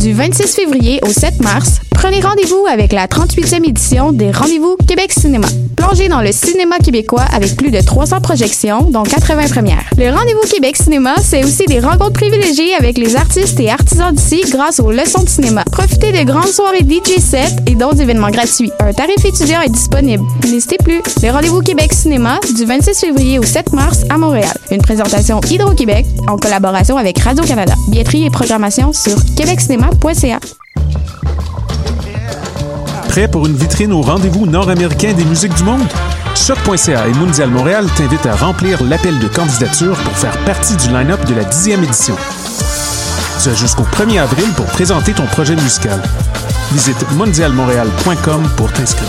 26 février au 7 mars, prenez rendez-vous avec la 38e édition des Rendez-vous Québec Cinéma. Plongez dans le cinéma québécois avec plus de 300 projections, dont 80 premières. Le Rendez-vous Québec Cinéma, c'est aussi des rencontres privilégiées avec les artistes et artisans d'ici grâce aux leçons de cinéma. Profitez de grandes soirées DJ set et d'autres événements gratuits. Un tarif étudiant est disponible. N'hésitez plus. Le Rendez-vous Québec Cinéma du 26 février au 7 mars à Montréal. Une présentation Hydro-Québec en collaboration avec Radio-Canada. Billetterie et programmation sur québeccinéma.ca. Prêt pour une vitrine au rendez-vous nord-américain des musiques du monde? Choc.ca et Mondial Montréal t'invitent à remplir l'appel de candidature pour faire partie du line-up de la 10e édition. Tu as jusqu'au 1er avril pour présenter ton projet musical. Visite mondialmontréal.com pour t'inscrire.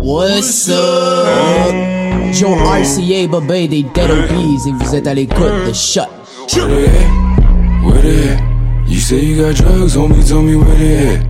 What's up? Joe RCA, Bobé, des Dead OBs, et vous êtes à l'écoute de Shut. Where they at? Where they at? You say you got drugs, homie, tell me where they at.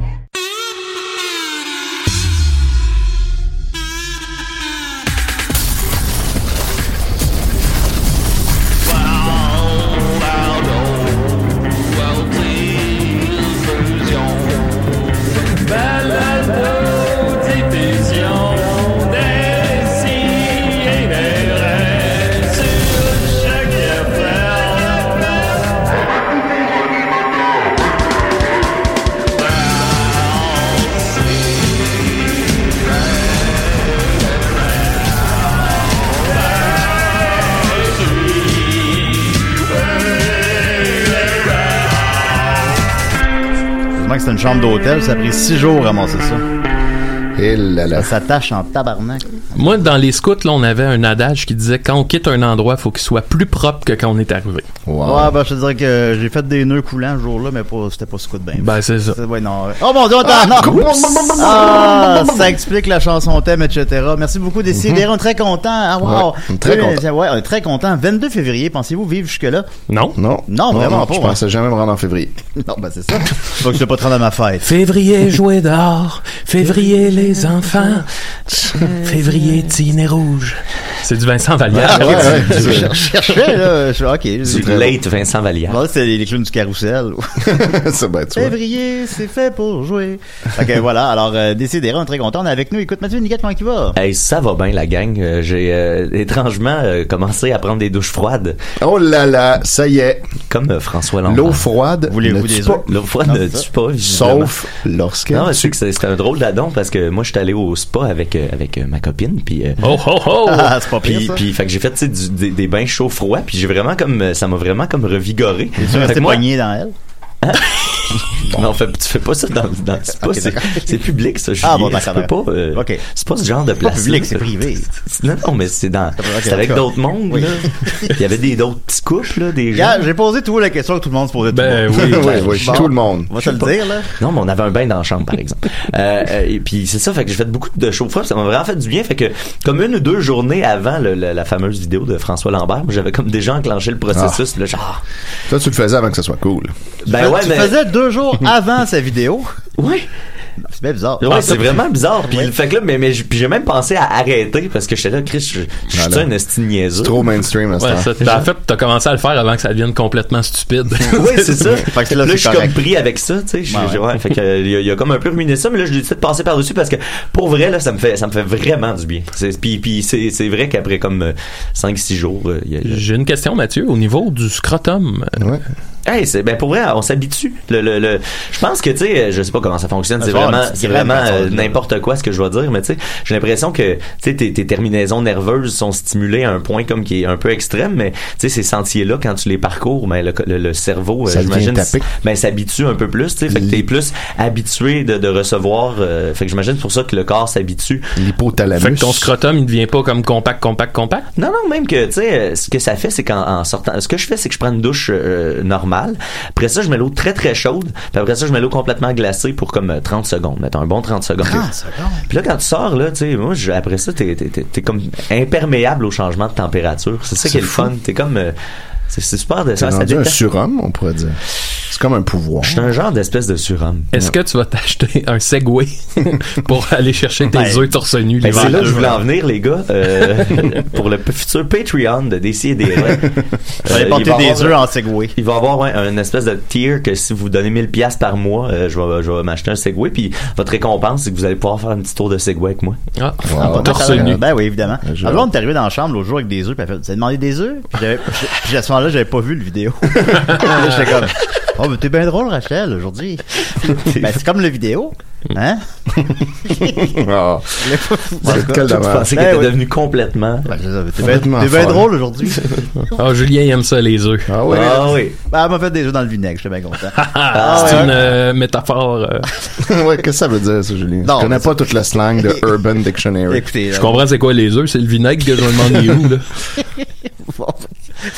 Heureusement que c'est une chambre d'hôtel, ça a pris six jours à ramasser ça. Et là là. Ça s'attache en tabarnak. Moi, dans les scouts, là, on avait un adage qui disait quand on quitte un endroit, faut qu'il soit plus propre que quand on est arrivé. Ouais, bah, je te dirais que j'ai fait des nœuds coulants ce jour-là, mais pas- c'était pas scout bain. Ben, c'est ça. Ouais, non. ouais. Oh mon dieu, attends, non! Ah, ça explique la chanson thème, etc. Merci beaucoup d'essayer. On est très content. Ah, wow. Mhm. Ouais, très Oui, content. c'est- Ouais, on est très content. 22 février, pensez-vous vivre jusque-là? Non? Non. Non, vraiment pas, Je hein. pensais jamais me rendre en février. Non, ben, c'est ça. Faut que je sois pas trop dans ma fête. Février, jouet d'or. Février, les enfants. Février, tinet rouge. C'est du Vincent Vallière. Ah, ouais, ouais. Je cherchais, là. Je suis, ok. Du Je- late Vincent Vallière. Bon, c'est les clowns du carrousel. ça, ben, tu vois. Février, c'est fait pour jouer. Ok, voilà. Alors, euh, décidez, on est très content. On est avec nous. Écoute, Mathieu Niquette, comment il va? Hey, ça va bien la gang. Euh, J'ai euh, étrangement euh, commencé à prendre des douches froides, Oh là là, ça y est. comme euh, François Lambert. L'eau froide Voulez-vous ne tue des pas, œufs? L'eau froide Non, ne c'est ça. tue pas, visiblement. sauf lorsqu'elle Non, mais tue. c'est que c'est c'est un drôle d'adon parce que moi, je suis allé au spa avec euh, avec euh, ma copine, puis. euh, Oh, oh, oh! Ah, c'est pas pire, Puis, ça. puis, fait que j'ai fait tu sais, du- des, des bains chauds froids, puis j'ai vraiment comme euh, ça m'a vraiment comme revigoré. Tu Fait que restes moi- poigné dans elle. Non, fais- tu fais pas ça dans, dans c'est pas- Ok, c'est- d'accord. c'est public ça. Ah, Ah bon, bon, tu peux d'accord. pas. euh, Ok. C'est pas ce genre de C'est pas place. public, là. c'est privé. Non, non, mais c'est dans. Ok, c'est avec d'accord. d'autres mondes. Oui. Là. Il y avait des d'autres petits couples là, des gens. Regarde, j'ai posé tout la question que tout le monde se posait. tout le Ben monde. oui. Oui, oui, Bon. tout le monde. On va te le dire, là. Non, mais on avait un bain dans la chambre, par exemple. euh, euh, et puis c'est ça, fait que j'ai fait beaucoup de show froids, puis ça m'a vraiment fait du bien. Fait que comme une ou deux journées avant le- le- la fameuse vidéo de François Lambert, moi, j'avais comme déjà enclenché le processus. Là, genre, ah. Toi, Ah. tu le faisais avant que ça soit cool. ben ouais, tu mais faisais deux jours avant sa vidéo. ouais. C'est bien bizarre. Ouais, Ah, c'est vraiment bizarre. Puis Ouais. le fait que là, mais, mais j- puis j'ai même pensé à arrêter parce que j'étais là, Chris, je, je suis Voilà. un esti niaiseux. Ben, Trop mainstream à ce Ouais, temps. ça, t'as- en fait, t'as commencé à le faire avant que ça devienne complètement stupide. Oui, c'est ça. Fait que là, là, c'est je suis comme correct. pris avec ça, tu sais. Je- Ouais, je- ouais, fait que, euh, il y, a- il y a comme un peu ruiné ça, mais là, je décidé de passer par-dessus parce que, pour vrai, là, ça me fait, ça me fait vraiment du bien. C'est- Puis, puis c'est, c'est vrai qu'après comme 5-6 jours, euh, il y a- il y a- J'ai une question, Mathieu, au niveau du scrotum. euh, Ouais. Hey, c'est ben pour vrai, on s'habitue. Le, le, le- je pense que tu sais, je sais pas comment ça fonctionne. C'est Ah, vraiment, c'est c'est vraiment vraiment euh, ça, là. n'importe quoi ce que je vais dire, mais tu sais, j'ai l'impression que tu sais tes, tes terminaisons nerveuses sont stimulées à un point comme qui est un peu extrême, mais tu sais ces sentiers là quand tu les parcours, ben le, le- le cerveau, euh, Ça devient j'imagine, tapé. ben s'habitue un peu plus. Tu sais, fait que t'es plus habitué de, de recevoir. euh, fait que j'imagine c'est pour ça que le corps s'habitue. L'hypothalamus. Fait que ton scrotum, il ne devient pas comme compact, compact, compact. Non, non, même que, tu sais, euh, ce que ça fait, c'est qu'en en sortant, ce que je fais, c'est que je prends une douche euh, normale. Après ça, je mets l'eau très, très chaude. Puis après ça, je mets l'eau complètement glacée pour comme euh, 30 secondes. Mettons un bon 30 secondes. 30 secondes. Puis là, quand tu sors, là, tu sais, moi, je- après ça, t'es, t'es, t'es, t'es comme imperméable au changement de température. C'est ça qui est le fou. fun. T'es comme, euh, c'est, c'est super de T'es ça. ça rendu un détend. surhomme, on pourrait dire. C'est comme un pouvoir. Je suis un genre d'espèce de surhomme. Est-ce que tu vas t'acheter un Segway pour aller chercher tes Ouais. œufs torse nu Ben, l'hiver? c'est là que je voulais en venir, les gars, euh, pour le p- futur Patreon de DC et Euh, des Fallait porter des œufs en Segway. Il va y avoir ouais, un espèce de tier que si vous donnez 1000 pièces par mois, euh, je vais, je vais m'acheter un Segway. Puis votre récompense, c'est que vous allez pouvoir faire un petit tour de Segway avec moi. Ah, Ah, pas torse mal, nu. Ben oui, évidemment. je- Alors, on est arrivé dans la chambre l'autre jour avec des œufs, puis elle fait, vous avez demandé des œufs? Puis j'avais- puis puis à ce moment-là, j'avais pas vu le vidéo. J'étais comme, oh, mais t'es bien drôle, Rachel, aujourd'hui. ben, c'est comme le vidéo. Hein? Ah. Quel Je dommage. pensais qu'il Ben Eh était oui. devenu complètement. Ben, T'es bien t'es bien drôle aujourd'hui. Ah, Julien, il aime ça, les œufs. Ah oui. Ah oui. Ben, elle m'a fait des œufs dans le vinaigre, j'étais bien content. Ah, Ah Ah, c'est ouais. une euh, métaphore. euh, ouais, qu'est-ce que ça veut dire, ça, Julien? Non, je connais mais pas toute la slang de Urban Dictionary. Écoutez, euh, je comprends c'est quoi les œufs, c'est le vinaigre que je me demande il est où, là. Bon,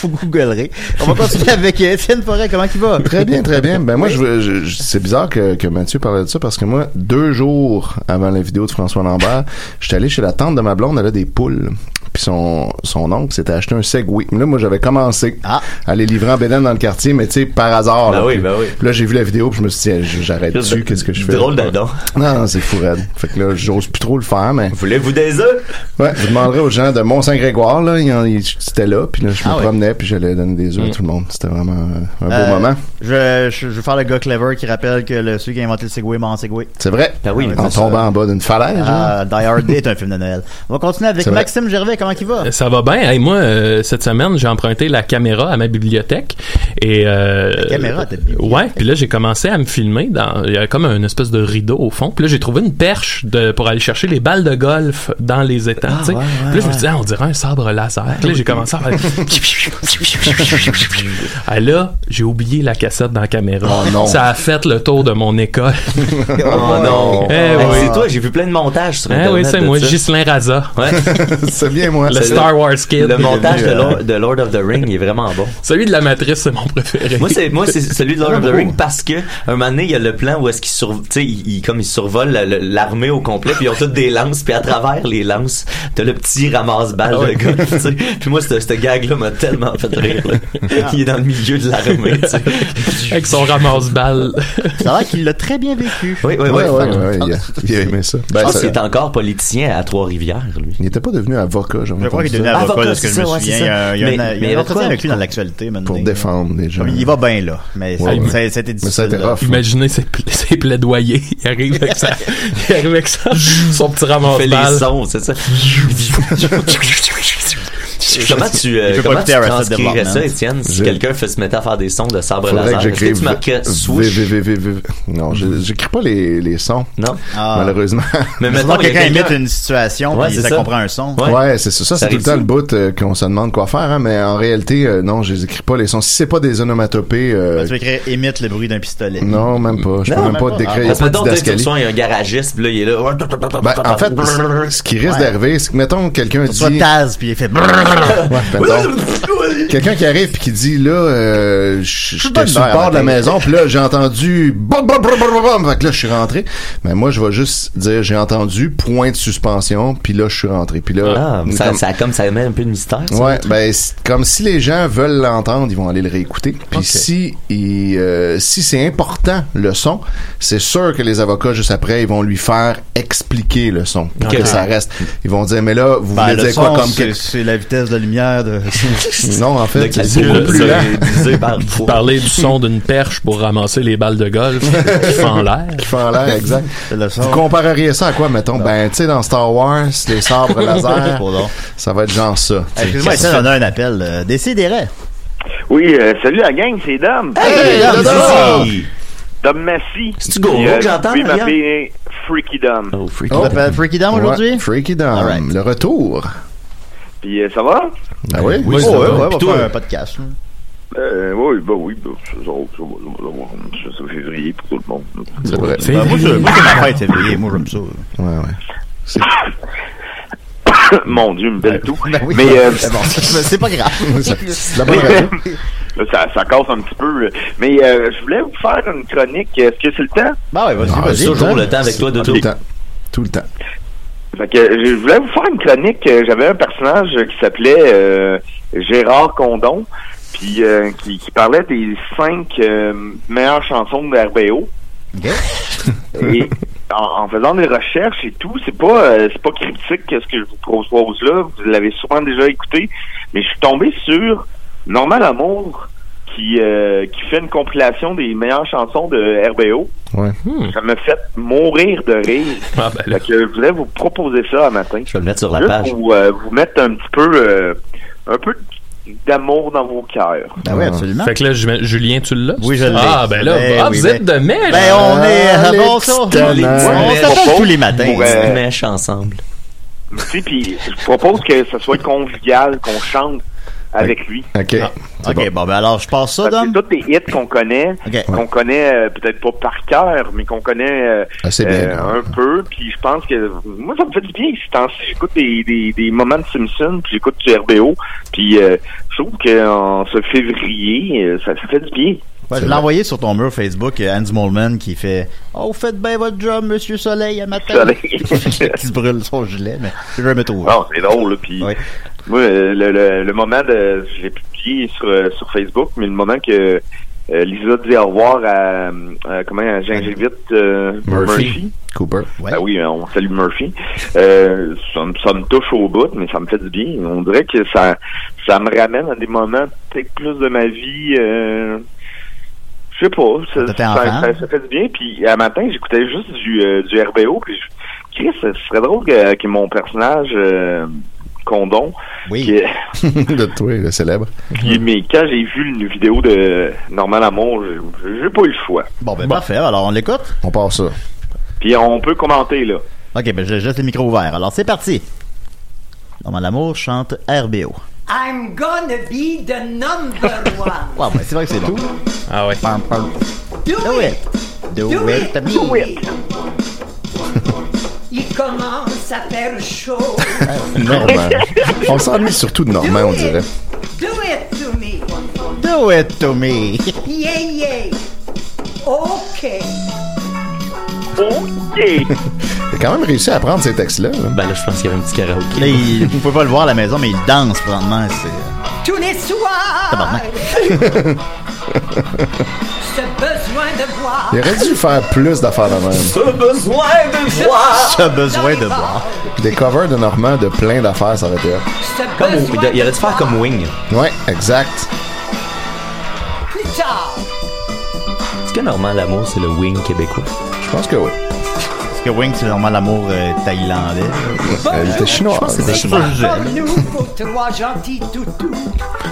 vous googlerez. On va continuer avec Étienne Forêt, comment il va? Très bien, très bien. Ben moi, je, veux- je- je- c'est bizarre que, que Mathieu parlait de ça parce que moi, deux jours avant la vidéo de François Lambert, j'étais allé chez la tante de ma blonde, elle a des poules. Puis son, son oncle s'était acheté un Segway. Mais Là, moi, j'avais commencé à les livrer en bédaine dans le quartier, mais tu sais, par hasard. Ah. Ben là, oui, Puis- ben oui. puis Là, j'ai vu la vidéo, puis je me suis dit, eh, j'arrête-tu, qu'est-ce que je fais? Drôle d'adon. Non, non, c'est fou, raide. Fait que là, j'ose plus trop le faire, mais... Voulez-vous des œufs? Ouais, je demanderais aux gens de Mont-Saint-Grégoire, là, ils en- ils- c'était là, puis là, je me Ah ouais. promenais, puis j'allais donner des œufs à Mm. tout le monde. C'était vraiment euh, un beau Euh, moment. Je, je, je vais faire le gars clever qui rappelle que le, celui qui a inventé le Segway m'a en Segway. C'est vrai. Ah, en c'est ça. tombant en bas d'une falaise. Ah, Die Hard Day est un film de Noël. On va continuer avec C'est vrai. Maxime Gervais, comment il va? Ça va bien. Hey, moi, euh, cette semaine, j'ai emprunté la caméra à ma bibliothèque. Et, euh, La caméra à ta Ouais. Puis là, j'ai commencé à me filmer. Dans, il y a comme une espèce de rideau au fond. Puis là, j'ai trouvé une perche de, pour aller chercher les balles de golf dans les étangs. tu sais. puis là, je me suis dit, ah, on dirait un sabre laser. Puis là, j'ai commencé à faire... Ah, là, j'ai oublié la cassette dans la caméra. Oh non. Ça a fait le tour de mon école. Oh non. Eh Hey, oui. C'est toi, j'ai vu plein de montages sur Eh Internet. oui, c'est de moi, ça. Ghislain Raza. Ouais. c'est bien moi. Le C'est- Star Wars Kid. Le montage de Lord, de Lord of the Ring il est vraiment bon. Celui de la matrice, c'est mon préféré. Moi, c'est moi c'est celui de Lord of the Oh. Ring parce que un moment donné, il y a le plan où est-ce qu'ils sur, tu sais, ils, ils- comme ils survolent la- la- l'armée au complet, puis ils ont toutes des lances, puis à travers les lances, t'as le petit ramasse-balle Ah ouais. le gars. tu sais. Puis moi, ce ce gag-là m'a tellement fait rire. Ah. là. Il est dans le milieu de l'armée. tu sais. Avec son ramasse-balle. Ça a l'air qu'il l'a très bien vécu. Oui, oui, oui. Ouais, ouais, ouais, il, a, il a aimé ça. Je Ben, pense ça- qu'il est encore politicien à Trois-Rivières, lui. il n'était pas devenu avocat, j'en ai Je crois entendu qu'il est devenu ça. avocat, Avocat, de ce que c'est je me ça, ouais, souviens. c'est ça. Euh, Il y a Mais- un- il y mais a un entretien pourquoi- avec lui dans l'actualité maintenant. Pour défendre des gens. Il va bien là, mais ça- Ouais, ouais. ça- ça a été Mais ça difficile. a été là. rough. hein. Imaginez ses, pla- ses plaidoyers. Il arrive avec, sa, il arrive avec sa- son petit Il fait les ramasse-balle. sons, c'est ça. Comment tu, euh, Il peut pas comment tu écouter Arrested transcrirais ça, Development. Étienne, si Je- quelqu'un fait se mettre à faire des sons de sabre Faudrait laser? que Ah, Est-ce que j'écrive. tu marquais swoosh? V- v- v- v- Non, je- j'écris pas les, les sons, Non. Mm. Ah. malheureusement. Mais Souvent, maintenant, quelqu'un imite une situation, Ouais, puis c'est ça ça. comprend un son. Ouais. Ouais, c'est ça. Ça, c'est tout le arrive temps tout. le bout euh, qu'on se demande quoi faire, hein, mais en réalité, euh, non, je les écris pas les sons. Si c'est pas des onomatopées, euh, Tu peux écrire imite le bruit d'un pistolet. non, même pas. Je peux Non, Ah. même même pas pas. décrire. y a Parce que pas de mettons, tu sais, tu didascalie. reçois un garagiste, puis là, il est là. Ben, en fait, c- ce qui risque Ouais. d'arriver, c'est que, mettons, quelqu'un Tu reçois dit... Taz, puis il fait Ouais, Ben, mettons. Quelqu'un qui arrive puis qui dit là, euh, je pas je j'étais une sur le mère, bord de la matin. maison, puis là j'ai entendu bam bam bam bam bam, bam. fait que là je suis rentré. Mais moi je vais juste dire j'ai entendu point de suspension, puis là je suis rentré. Puis là, Ah, ça, comme- ça, comme ça met un peu de mystère. ça. Ouais, ben c'est comme si les gens veulent l'entendre, ils vont aller le réécouter. Puis si ils, euh, si c'est important le son, c'est sûr que les avocats juste après ils vont lui faire expliquer le son pour Ok. que ça reste. Ils vont dire mais là vous Ben, voulez le dire quoi son, comme c'est- que- C'est la vitesse de la lumière de. non en fait Le c'est beaucoup calcul, plus ça, lent. est divisé par Vous trois. parlez du son d'une perche pour ramasser les balles de golf qui font en l'air. qui font en l'air, exact. le Vous son. compareriez ça à quoi, mettons? Ben, tu sais, dans Star Wars, les sabres laser, Pardon. ça va être genre ça. Excuse-moi, Étienne, on a un appel. Euh, Décidérez. Oui, euh, salut la gang, c'est Dom. Hey, Dom, Dom. Dom Massy. C'est-tu Goro que j'entends, Puis Marianne? m'appeler Freaky Dom. Oh, freaky. On l'appelle Freaky Dom aujourd'hui? Ouais, Freaky Dom. Le retour. Puis euh, ça va? Ah oui? Ben Oui, Oh, ça ouais, va. ouais, Puis va toi, faire un podcast. là. Euh, oui, bah oui, bah, ça, ça, ça, ça, ça, ça, ça, ça, ça, février pour tout le monde. C'est vrai. Ben, moi, je- moi, c'est ma fête, février. Moi, j'aime ça. Ouais, ouais. Mon Dieu, me belle tout. Ben oui, Mais euh, c'est bon, c'est pas grave. C'est la bonne raison. là, ça, ça casse un petit peu. Mais euh, je voulais vous faire une chronique. Est-ce que c'est le temps? Bah ouais, vas-y, Ah, vas-y. C'est toujours Dom. le temps avec toi de Tout tout. le temps. Tout le temps. Fait que euh, je voulais vous faire une chronique. Euh, J'avais un personnage qui s'appelait euh, Gérard Condon, puis euh, qui, qui parlait des cinq euh, meilleures chansons de RBO. Ok. Et en, en faisant des recherches et tout, c'est pas euh, c'est pas critique que ce que je vous propose là. Vous l'avez sûrement déjà écouté, mais je suis tombé sur Normal Amour qui euh, qui fait une compilation des meilleures chansons de RBO. Ouais. Ça me fait mourir de rire. Hmm. Ah, ben là. Fait que je voulais vous proposer ça à matin. Je vais le mettre sur la Juste page. Pour euh, vous mettre un petit peu, euh, un peu d'amour dans vos cœurs. Ben oui, absolument. Fait que là, j'imagine- Julien, tu l'as? Oui, je l'ai. Ah, ben là, Ben ah, oui, vous ben- êtes de mèche! Ben, on est Ah, à les bon ça. On petits tannins. s'appelle tous les matins. Ouais. On se mèche ensemble. Tu sais, euh, puis je propose que ce soit convivial, qu'on chante avec lui. OK. Ah. C'est Ok, bon. ben alors, je passe ça, Parce que Dom. tous les hits qu'on connaît, Ok. qu'on connaît euh, peut-être pas par cœur, mais qu'on connaît euh, Assez bien, euh, hein. un peu. Puis je pense que moi, ça me fait du bien. Ces temps-ci, j'écoute des, des, des moments de Simpson, puis j'écoute du RBO. Puis euh, je trouve qu'en ce février, euh, ça fait du bien. Ouais, je l'ai envoyé sur ton mur Facebook, euh, Hans Moleman, qui fait Oh, faites bien votre job, monsieur Soleil, à matin. Soleil. qui se brûle son gilet, mais je vais me trouver. Non, c'est drôle, là, puis Ouais. moi, euh, le, le, le moment de... Je l'ai publié sur, euh, sur Facebook, mais le moment que euh, Lisa dit au revoir à... à- comment, à Gingivite euh, Murphy. Murphy. Cooper. Ouais. Ben oui, on salue Murphy. Euh, ça, me- ça me touche au bout, mais ça me fait du bien. On dirait que ça, ça me ramène à des moments peut-être plus de ma vie... euh, je sais pas, ça, T'étais ça, enfant. ça- ça fait du bien. Puis à matin, j'écoutais juste du, euh, du RBO. Puis je- Chris, ce serait drôle que, que mon personnage euh, Condon, Oui. Mhm. que- de toi, le célèbre. puis- mais quand j'ai vu une vidéo de Norman Amour, j'ai- j'ai pas eu le choix. Bon, ben parfait. Alors, on l'écoute. On part ça. Puis on peut commenter là. Ok, ben je laisse le micro ouvert. Alors, c'est parti. Normal Amour chante RBO. I'm gonna be the number one. Wow, ben c'est vrai que c'est bon. Ah ouais. Pam, pam. Do, Do it. it. Do, Do it. it. Do it. Il commence à faire chaud. Normand. on s'ennuie surtout de Normand, on dirait. Do it to me. Do it to me. Yeah, yeah. OK. OK! Il a quand même réussi à apprendre ces textes-là. hein. Ben là, je pense qu'il y avait un petit karaoké. Là, il- vous pouvez pas le voir à la maison, mais il danse vraiment. C'est euh, Tous les Ah. soirs. Tabarnak. Ce besoin de voir. Il aurait dû faire plus d'affaires de même. Ce besoin de voir. a besoin de boire. Des covers de Normand de plein d'affaires, ça aurait été. hot. Ce Comme besoin il, il aurait dû faire voir. comme Wing. Ouais, exact. Plus tard. Est-ce que Normand Lamour, c'est le Wing québécois? Je pense que oui. Parce que Wing, c'est normal l'amour euh, thaïlandais. Elle était chinoise. C'est chinois. hein. Comme nous, vos trois gentils toutous.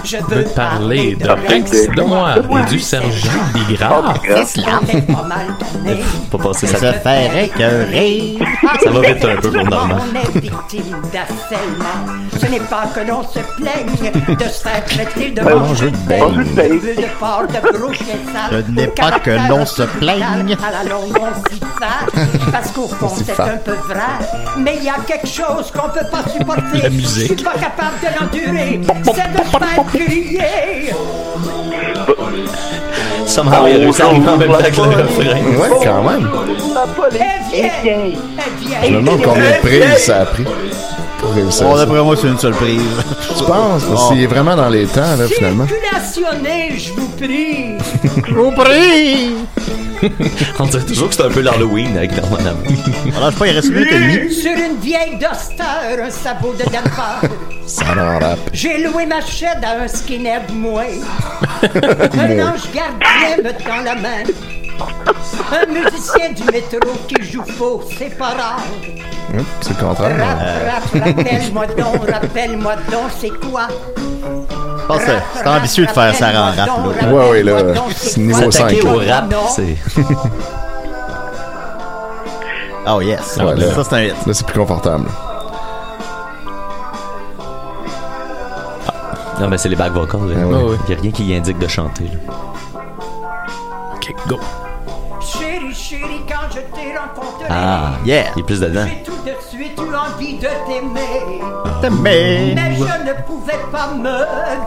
Je Je veux veux parler de Rex Noir et du sergent Oh, Bigrard. Ça fait pas mal d'années. Pas passer Ça ça. se faire écœurer. Ça va vite un peu pour Normand. On est victime d'harcèlement. Ce n'est pas que l'on se plaigne de se faire traiter de mangeux de beigne. Mangeux de beigne. Plus de fort, de gros, de sale. Ce n'est Au pas que l'on se caractère plaigne. brutal, À la longue, on s'y fait. Parce qu'au fond, s'y c'est fait. un peu vrai. Mais il y a quelque chose qu'on peut pas supporter. La musique. Je suis pas capable de l'endurer. C'est de se faire griller. Somehow, il a réussi à arriver en même temps que le refrain. Ouais, quand même. Eh vieille. Eh Je me vieille. demande combien de prises ça a pris pour réussir. Bon, ça. d'après moi, c'est une surprise. Tu Oh, penses? Parce qu'il est vraiment dans les temps, là, finalement. Circulationnez, je vous prie. On dirait toujours que c'est un peu l'Halloween avec Normand Lamour. Alors, je sais pas, il reste une minute et demie. Sur une vieille Duster, un sabot de Denver. Ça leur rappe. J'ai loué ma chaîne à un skinhead moué. un ange gardien me tend la main. Un musicien du métro qui joue faux, c'est pas rare. Hum, C'est le contraire. Rap, rap, rappelle-moi donc, rappelle-moi donc, c'est quoi pense que euh, c'est ambitieux de faire ça en rap, là. Ouais, ouais, là, c'est niveau 5. S'attaquer au là. rap, c'est... Oh yes, Ouais, là, ça c'est un hit. Là, c'est plus confortable. Non, mais c'est les back vocals. Ah ouais. Ah ouais. Il n'y a rien qui indique de chanter. là. Ok, go. Chérie, chérie, quand je t'ai rencontré, Ah, Yeah. il est plus dedans. j'ai tout de suite eu envie de t'aimer. Mais... Mais je ne pouvais pas me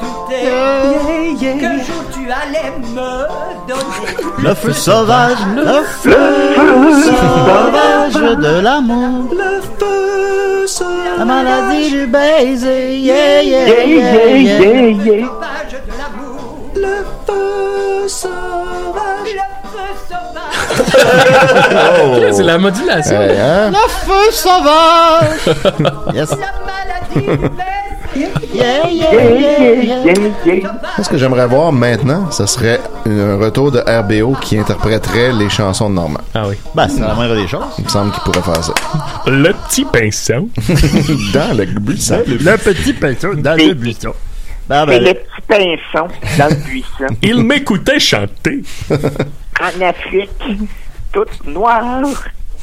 douter qu'un jour tu allais me donner. Le feu sauvage, le feu sauvage de l'amour. Le feu sauvage. La maladie du baiser, yeah, yeah, yeah, yeah, Sauvage de l'amour, Le feu sauvage. le feu sauvage. C'est la modulation. Hey, hein? Le feu sauvage. yes. La maladie du hein? baiser Yeah, yeah, yeah, yeah. Moi, Ce que j'aimerais voir maintenant, ce serait un retour de RBO qui interpréterait les chansons de Normand. Ah oui. Bah, c'est la moindre des choses. Il me semble qu'il pourrait faire ça. Le petit pinceau. Dans le buisson. Le petit pinceau dans le buisson. Ah, C'est ben, le petit pinson dans le buisson. Il m'écoutait chanter. En Afrique, toute noire,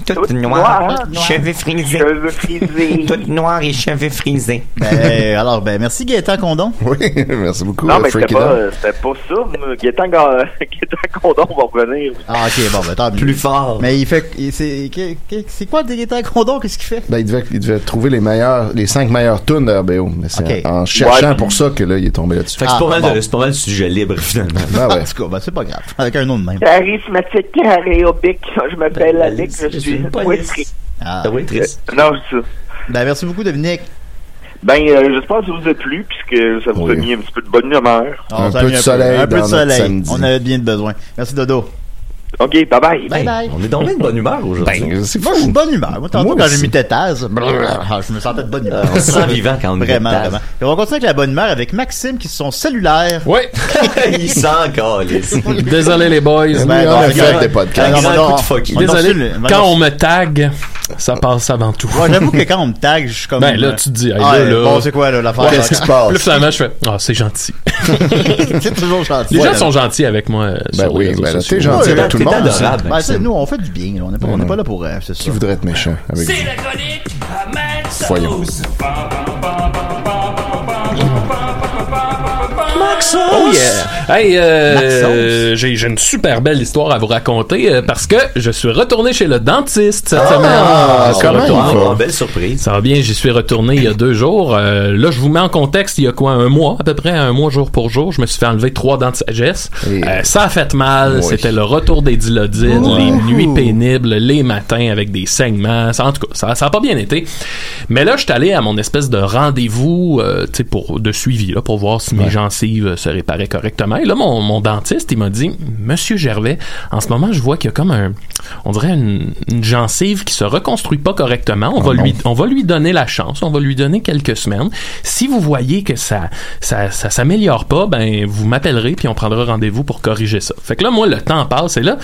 Toute noire, noire, cheveux frisés. hein? cheveux frisés. Toute noire et cheveux frisés. ben, alors, ben, merci Gaëtan Condon. Oui, merci beaucoup. Non, mais c'était Freaky pas, Dog. euh, c'était pas ça. mais Gaétan Ga- Gaétan Condon va revenir. Ah, ok, bon, ben, tant mieux. plus fort. Mais il fait. il- C'est qu'est- qu'est- c'est quoi Gaëtan Condon? Qu'est-ce qu'il fait? Ben, il, devait, il devait trouver les meilleurs, les cinq meilleures tunes de RBO. Mais c'est Ok. en cherchant Ouais. pour ça que là, il est tombé là-dessus. Fait que Ah, c'est pas mal bon. de- c'est pas mal de sujet libre, finalement. Ah, ouais. En tout cas, ben, c'est pas grave. Avec un nom de même. Charismatique, aérobique. Je Ben, m'appelle Alex, je suis une poétrique. police. Ah. Ah oui, triste. Euh, Non, c'est ça. Ben, merci beaucoup, Dominique. Ben, euh, j'espère que ça vous a plu, puisque ça vous a Oui. mis un petit peu de bonne humeur. On Un s'en peu Ah, vient de soleil Un peu dans de notre soleil. samedi. On avait bien besoin. Merci, Dodo. OK, bye-bye. Bye bye. Ben, On est dans une bonne humeur aujourd'hui. Ben, c'est Moi, je suis fou. de bonne humeur. Moi, tantôt, Moi quand aussi. j'ai mis tétase, brrr, ah, je me sentais de bonne humeur. on se sent vivant quand on est Vraiment, tétase. vraiment. Et on va continuer avec la bonne humeur avec Maxime qui sont cellulaires. Ouais. Il sent calice. Désolé les boys. Ben, on on a regarde. fait des podcasts. Alors, Un grand on- coup de fuck you. on- Désolé. on- Quand on me tag, ça passe avant tout. Ouais, j'avoue que quand on me tag, je suis comme. Ben là, tu te dis, hey, Ah, là, là. bon, c'est quoi, là, l'affaire? Qu'est-ce qui se passe? Plus finalement, je fais Ah, c'est gentil. c'est toujours gentil. Les Ouais, gens là. sont gentils avec moi. euh, Ben sur les oui, réseaux ben là, sociaux. t'es gentil Ouais, avec tout le t'es monde. adorable. Ben, c'est- nous, on fait du bien, là. On n'est pas, on est pas là pour. euh, c'est Qui ça. voudrait être méchant avec vous? Voyons. Oh yeah! Hey, euh, j'ai j'ai une super belle histoire à vous raconter euh, parce que je suis retourné chez le dentiste cette semaine. Ah, Je suis comment retourné. il va? Ah, belle surprise. Ça va bien, j'y suis retourné il y a deux jours. Euh, là, je vous mets en contexte, il y a quoi, un mois, à peu près, un mois jour pour jour, je me suis fait enlever trois dents de sagesse. Et- Euh, ça a fait mal, Oui. c'était le retour des dilodines, les nuits pénibles, les matins avec des saignements, ça, en tout cas, ça, ça a pas bien été. Mais là, je suis allé à mon espèce de rendez-vous euh, tu sais, pour de suivi, là, pour voir si mes gencives euh, se réparaient correctement. Et là, mon, mon dentiste, il m'a dit, Monsieur Gervais, en ce moment, je vois qu'il y a comme un, on dirait une, une gencive qui se reconstruit pas correctement. On va lui, on va lui donner la chance. On va lui donner quelques semaines. Si vous voyez que ça, ça, ça s'améliore pas, ben, vous m'appellerez puis on prendra rendez-vous pour corriger ça. Fait que là, moi, le temps passe et là,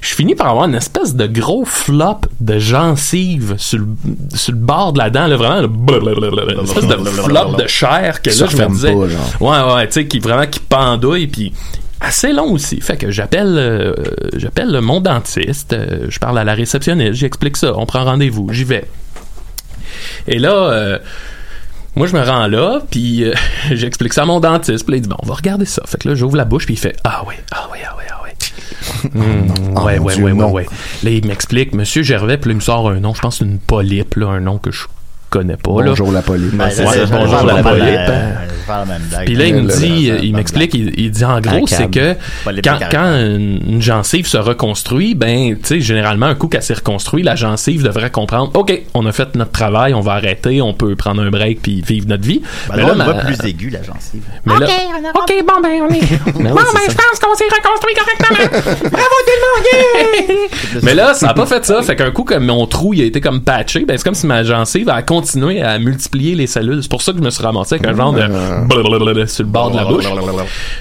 je finis par avoir une espèce de gros flop de gencive sur le, sur le bord de la dent, là, vraiment, le blablabla, une espèce de flop de chair que Qui là, se je me referme disais, pas, genre. Ouais, ouais, tu sais, qui vraiment qui pendouille, puis assez long aussi. Fait que j'appelle, euh, j'appelle mon dentiste, euh, je parle à la réceptionniste, j'explique ça, on prend rendez-vous, j'y vais. Et là, euh, moi, je me rends là, puis euh, j'explique ça à mon dentiste, puis là, il dit, bon, on va regarder ça. Fait que là, j'ouvre la bouche, puis il fait, ah oui, ah oui, ah oui, ah oui. Hmm, Ah, ouais, mon ouais, Dieu, ouais, ouais, non. ouais. Là, il m'explique, Monsieur Gervais, puis là, il me sort un nom, je pense une polype, là, un nom que je connais pas, là. Bonjour la police. Ben, c'est là, ça, j'allais bonjour, faire la même polype. blague. Euh, j'allais faire la même blague. Puis là, il me Là, là, dit, là, euh, là, il là, m'explique, il, il dit en gros, c'est que Pas les quand, blagues quand une une gencive se reconstruit, ben, tu sais, généralement, un coup qu'elle s'est reconstruite, la gencive devrait comprendre, OK, on a fait notre travail, on va arrêter, on peut prendre un break puis vivre notre vie. Ben, là, on ma- voit plus aigu, la gencive. mais là- OK, bon, ben, on est. Ben Bon, oui, ben, c'est je ça. pense qu'on s'est reconstruit correctement. Bravo tout le monde, yeah! Mais là, ça a pas fait ça. Fait qu'un coup, comme mon trou, il a été comme patché, ben, c'est comme si ma gencive a continué à multiplier les cellules. C'est pour ça que je me suis ramassé avec un genre de blablabla sur le bord de la bouche.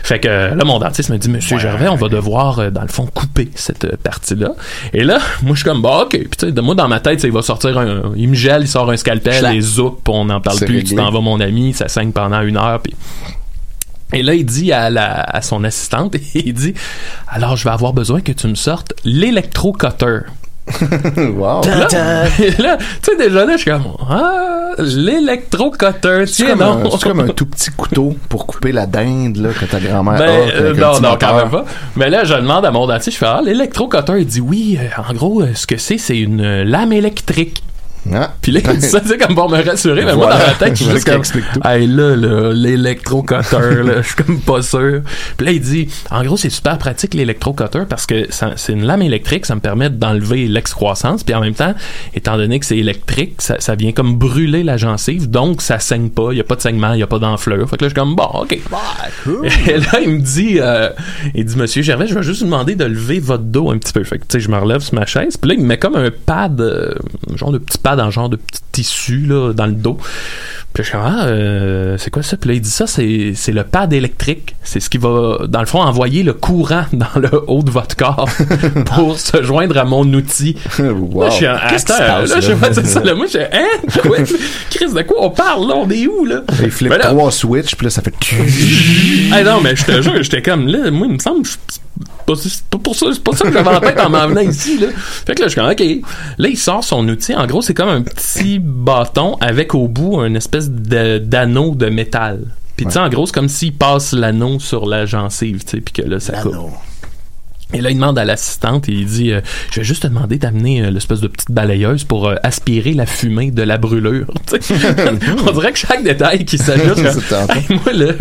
Fait que là, mon dentiste me dit, Monsieur Gervais, on va devoir, euh, dans le fond, couper cette euh, partie-là. Et là, moi, je suis comme, bah, ok. Puis, tu sais, de- moi, dans ma tête, ça, il va sortir un, il me gèle, il sort un scalpel, Chlac. les zoup, on n'en parle C'est plus, tu réglé. t'en vas, mon ami, ça saigne pendant une heure, puis Et là, il dit à, la- à son assistante, il dit, alors je vais avoir besoin que tu me sortes l'électrocutter. wow. Là, là, tu sais, déjà là, je suis comme, ah, l'électrocutter, C'est tiens comme, un, donc. c'est comme un tout petit couteau pour couper la dinde là, que ta grand-mère Ben, a. euh, avec un non, petit non, moteur. quand même pas. Mais là, je demande à mon dentiste, je fais Ah, l'électrocutter. Il dit Oui, euh, en gros, euh, ce que c'est, c'est une euh, lame électrique. Ah. Puis là, il dit ça, c'est comme pour me rassurer, mais ben, moi, Voilà. dans ma tête, je suis Le juste gars comme, explique tout. Hey, là, là, l'électrocutter, là, je suis comme pas sûr. Puis là, il dit En gros, c'est super pratique, l'électrocutter, parce que ça- c'est une lame électrique, ça me permet d'enlever l'excroissance. Puis en même temps, étant donné que c'est électrique, ça, ça vient comme brûler la gencive, donc ça saigne pas, il n'y a pas de saignement, il n'y a pas d'enflure. Fait que là, je suis comme Bon, OK. Et là, il me dit, euh, il dit, Monsieur Gervais, je vais juste vous demander de lever votre dos un petit peu. Fait que, tu sais, je me relève sur ma chaise. Puis là, il me met comme un pad, euh, genre de petit pad en genre de petit tissu, là, dans le dos. Puis je suis comme, ah, euh, c'est quoi ça? Puis là, il dit ça, c'est c'est le pad électrique. C'est ce qui va, dans le fond, envoyer le courant dans le haut de votre corps pour se joindre à mon outil. Là, je suis un Qu'est-ce qui se attends, passe, là, je là? sais pas, c'est ça, là. Moi, je hein? Quoi? Chris, de quoi on parle, là? On est où, là? Il flippe Mais Ben là, trois switches, puis là, ça fait... Hey, non, mais je te jure, j'étais comme là, moi, il me semble, que je- c'est pas, c'est pas pour ça, c'est pas ça que j'avais en tête en m'en venant ici, là. Fait que là, je suis comme, OK. Là, il sort son outil. En gros, c'est comme un petit bâton avec au bout une espèce de- d'anneau de, métal. Puis, tu sais, en gros, c'est comme s'il passe l'anneau sur la gencive, tu sais, puis que là, ça coupe. Et là, il demande à l'assistante et il dit euh, Je vais juste te demander d'amener euh, l'espèce de petite balayeuse pour euh, aspirer la fumée de la brûlure. Tu sais, On dirait que chaque détail qui s'ajoute. euh, C'est tentant. Hey, moi, là-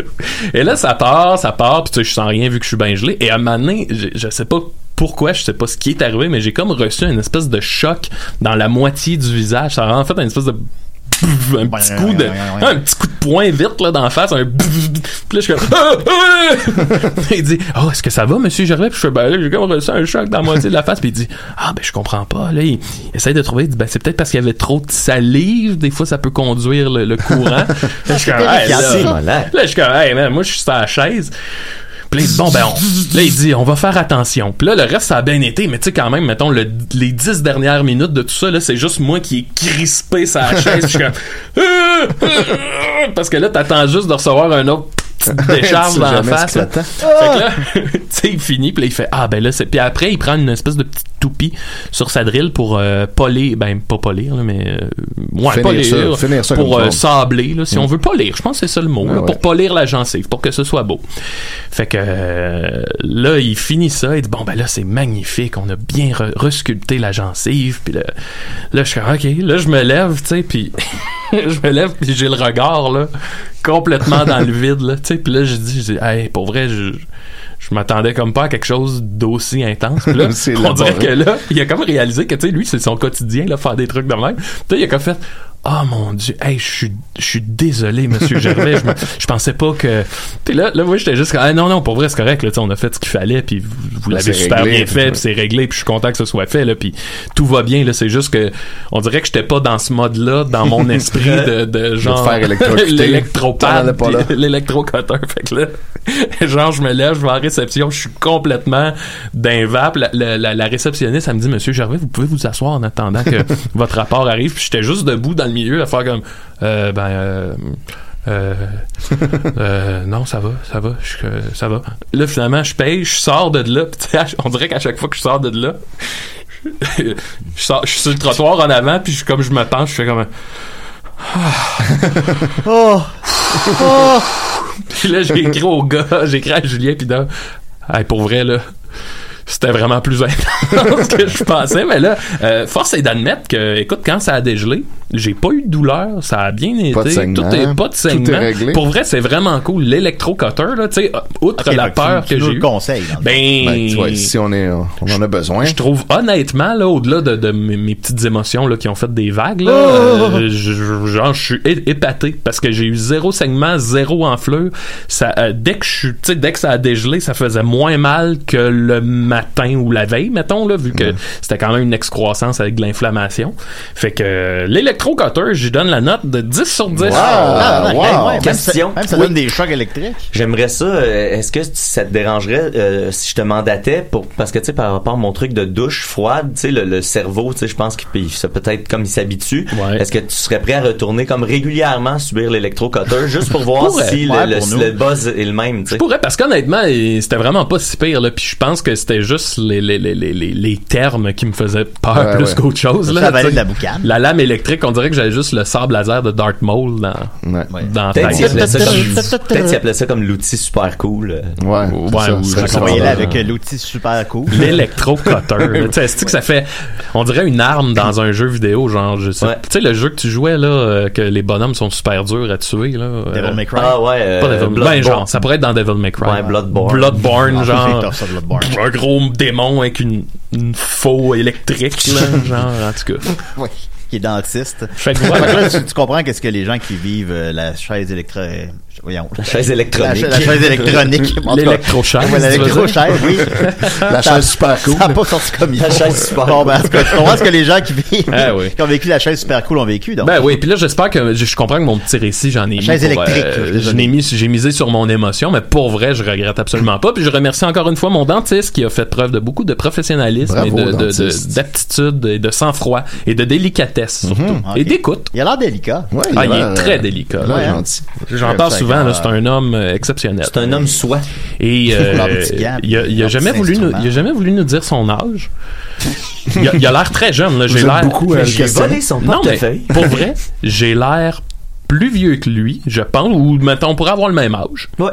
et là, ça part, ça part, puis tu sais, je sens rien vu que je suis bien gelé. Et à un moment donné, je, je sais pas pourquoi, je sais pas ce qui est arrivé, mais j'ai comme reçu une espèce de choc dans la moitié du visage. Ça a en fait une espèce de un petit coup de un petit coup de poing vite là dans la face un puis là je suis comme Ah! Ah! il dit oh est-ce que ça va monsieur Gervais puis je fais ben là j'ai comme reçu un choc dans la moitié de la face puis il dit ah ben je comprends pas là il, il essaie de trouver il dit ben c'est peut-être parce qu'il y avait trop de salive des fois ça peut conduire le, le courant Là, je suis comme hey, là, C'est là malade. je suis comme hey man moi je suis sur la chaise puis là, il dit, bon, ben, on- là, il dit, on va faire attention. Puis là, le reste, ça a bien été, mais tu sais, quand même, mettons, le- les dix dernières minutes de tout ça, là, c'est juste moi qui est crispé sa chaise. Je suis comme, Euh, euh, euh, parce que là, t'attends juste de recevoir un autre petite décharge Tu sais dans la jamais ce face. qui là. Ah! t'attend. Fait que là, tu sais, il finit, puis là, il fait, ah, ben là, c'est. Puis après, il prend une espèce de petite toupie sur sa drille pour euh, polir, ben, pas polir, là, mais. euh, ouais, Finir polir. ça, finir ça pour comme euh, forme. sabler, là, si Mm. on veut polir. Je pense que c'est ça le mot, Ah là, ouais. pour polir la gencive, pour que ce soit beau. Fait que euh, là, il finit ça, il dit bon ben là c'est magnifique, on a bien re- resculpté la gencive, puis là, là je suis comme, ok, là je me lève, tu sais, puis je me lève puis j'ai le regard là complètement dans le vide là, tu sais, puis là je dis, je dis hey pour vrai je je m'attendais comme pas à quelque chose d'aussi intense. Puis Là, C'est on dirait que élaboré. là, il a comme réalisé que, tu sais, lui, c'est son quotidien, là, faire des trucs de même. Puis là, il a comme fait, ah mon dieu, hey, je suis- je suis désolé, monsieur Gervais, je, me- je pensais pas que. Puis là, là, moi, j'étais juste comme, ah non, non, pour vrai, c'est correct, là, tu sais, on a fait ce qu'il fallait, puis vous, vous Là, l'avez c'est super réglé, bien puis- fait, puis c'est réglé, puis je suis content que ce soit fait, là, puis tout va bien, là, c'est juste que, on dirait que j'étais pas dans ce mode-là, dans mon esprit de, de genre. faire électrocuter. T'en allais L'électropade, pas là. puis l'électrocoteur. Fait que là, genre, je me lève, je vais en réception, je suis complètement d'invap. La, la, la- la réceptionniste, elle me dit, Monsieur Gervais, vous pouvez vous asseoir en attendant que votre rapport arrive. Puis j'étais juste debout dans le milieu à faire comme, euh, ben, euh, euh, euh, non, ça va, ça va, je- euh, ça va. Là, finalement, je paye, je sors de là. Puis, tu sais, à- on dirait qu'à chaque fois que je sors de là, je, sors- je suis sur le trottoir en avant, puis je- comme je me penche, je fais comme un- Oh! Oh! Puis là, j'ai écrit au gars, j'ai écrit à Julien, puis là, hey, pour vrai, là, c'était vraiment plus intense que je pensais. Mais là, euh, force est d'admettre que, écoute, quand ça a dégelé, j'ai pas eu de douleur, ça a bien été. Pas de saignement. tout est pas de Tout saignement. est réglé. Pour vrai, c'est vraiment cool. L'électrocutter, là, tu sais, outre Ok, la fait que tu- peur tu que nous j'ai le eue. conseilles, dans le Ben, Ben, tu vois, si on, est, on en a besoin. je trouve honnêtement là au-delà de, de mes, mes petites émotions là qui ont fait des vagues là, Oh! euh, je- je- genre je suis é- épaté parce que j'ai eu zéro saignement, zéro enflure. Ça euh, dès que je suis- tu sais dès que ça a dégelé, ça faisait moins mal que le matin ou la veille, mettons, là, vu que c'était quand même une excroissance avec de l'inflammation. Fait que euh, l'électrocutter, je lui donne la note de 10 sur 10. Wow! Ah, ouais, ouais, ouais. Question. Même ça donne des chocs électriques. J'aimerais ça. euh, Est-ce que ça te dérangerait euh, si je te mandatais pour parce que tu sais par rapport à mon truc de douche froide, tu sais le, le cerveau, tu sais je pense qu'il ça peut-être comme il s'habitue. Est-ce que tu serais prêt à retourner comme régulièrement subir l'électrocuteur juste pour voir Pourrais. si le, Ouais, le- pour si nous. le buzz est le même, tu sais. Je pourrais, parce qu'honnêtement, euh, c'était vraiment pas si pire. Là. Puis je pense que c'était juste les, les, les, les, les- les termes qui me faisaient peur Ouais, plus ouais. qu'autre chose. Ça Là, valait Tu sais, de la boucane. La lame électrique, on dirait que j'avais juste le sable laser de Dark Maul dans, dans la Peut-être tête. qu'il appelait ça comme- peut-être qu'il appelait ça comme l'outil super cool. euh. Ouais. ça, ou ça, ça, Voyez ça, là avec ça. euh, l'outil super cool. L'électrocutter. là. Tu sais, c'est-tu que ça fait. On dirait une arme dans un jeu vidéo, genre. je sais- Tu sais, le jeu que tu jouais, là, euh, que les bonhommes sont super durs à tuer, là. euh, Devil May Cry. Ah ouais, euh, Pas Devil Bloodborne. Ben, genre, ça pourrait être dans Devil May Cry. Ouais, Bloodborne. Bloodborne, Ah, c'est genre. tough, ça, Bloodborne. Un gros démon avec une, une faux électrique, là, genre, en tout cas. Oui. Qui est dentiste. Fait que- Ouais, fait que là, tu, tu comprends qu'est-ce que les gens qui vivent euh, la chaise électro... euh, Voyons. La chaise électronique. La, cha- la chaise électronique. En tout cas. L'électrochaise, Ouais, tu veux dire? l'électrochaise, oui. La chaise super cool. Ça n'a pas sorti comme il La faut. chaise super Bon, ben, en tout cas, tu comprends ce que les gens qui vivent, Ah oui. qui ont vécu la chaise super cool ont vécu, donc. Ben oui, puis là j'espère que je je comprends que mon petit récit j'en ai mis Chaise pour, électrique, euh, je suis désolé. je l'ai mis j'ai misé sur mon émotion mais pour vrai je regrette absolument pas puis je remercie encore une fois mon dentiste qui a fait preuve de beaucoup de professionnalisme Bravo, et de- de- dentiste. de- d'aptitude et de sang-froid et de délicatesse surtout Mhm. Ah, Ok. et d'écoute. Hum. Il a l'air délicat. Ouais, Ah, il a l'air, est très euh, délicat. il a l'air Ouais, hein. gentil. J'en parle souvent là, c'est un homme euh, exceptionnel. C'est un homme soi. Et euh, Leur petit gant, il a, il a leur jamais petit voulu nous, instrument. il a jamais voulu nous dire son âge. Il a il a l'air très jeune là, j'ai êtes l'air beaucoup à le J'ai questionner. volé son euh, non, mais portefeuille. pour vrai, j'ai l'air plus vieux que lui, je pense, ou mettons, on pourrait avoir le même âge. Ouais.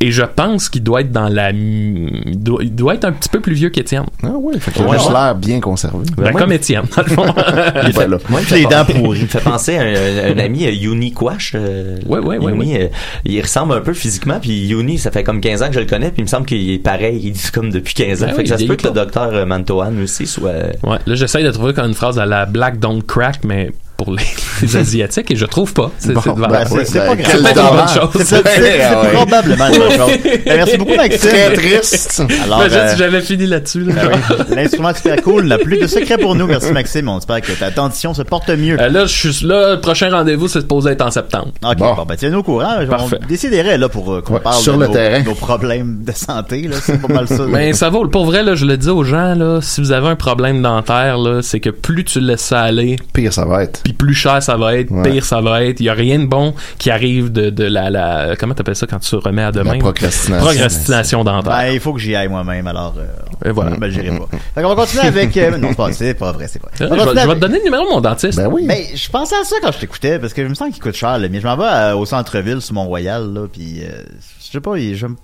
Et je pense qu'il doit être dans la. Il doit, il doit être un petit peu plus vieux qu'Étienne. Ah ouais, fait qu'il a Ouais, juste ouais. l'air bien conservé. Ben, comme Étienne, dans le fond. il est là. Moi, il me Les fait dents pen- pourries. Il me fait penser à un, un ami, euh, Youni Quash. euh, Ouais, ouais, ouais, Youni, euh, il ressemble un peu physiquement, puis Youni, ça fait comme 15 ans que je le connais, puis il me semble qu'il est pareil, il dit comme depuis 15 ans. Ben fait oui, que ça il se peut vieillit que le docteur euh, Mantoan aussi soit... ouais, là, j'essaye de trouver comme une phrase à la Black Don't Crack, mais pour les, les Asiatiques, et je trouve pas. C'est Bon, c'est devant- ben, c'est- c'est c'est ben, pas grave. quel peut-être une bonne dommage. chose. C'est c'est- Ah ouais. c'est probablement le même chose. Ben, Merci beaucoup, Maxime. Très triste. Alors, Imagine euh, si Ben, j'avais fini là-dessus. là. ben oui, l'instrument super cool n'a plus de secret pour nous. Merci, Maxime. On espère que ta dentition se porte mieux. Euh, là, je suis là, le prochain rendez-vous, c'est supposé être en septembre. Ok, Bon. bon, ben tiens-nous au courant. Parfait. On déciderait là pour euh, qu'on Ouais, parle sur de le nos, terrain. nos problèmes de santé. là. C'est pas mal ça. Mais ça vaut. Pour vrai, là, je le dis aux gens, là, si vous avez un problème dentaire, là, c'est que plus tu laisses ça aller, Pire, ça va être. puis plus cher ça va être, Ouais. pire ça va être. Il y a rien de bon qui arrive de, de la, la comment t'appelles ça quand tu remets à demain La procrastination. Procrastination dentaire. Ben, il faut que j'y aille moi-même, alors. euh, Et voilà. Ben, j'irai pas. Fait qu'on va continuer avec. euh, non, c'est pas, c'est pas vrai, c'est pas Euh, vrai. je, vais, je vais te donner le numéro de mon dentiste. Ben oui. Mais je pensais à ça quand je t'écoutais, parce que je me sens qu'il coûte cher, le mien. Je m'en vais euh, au centre-ville, sur Mont-Royal, là, puis euh, je sais pas, il- je me-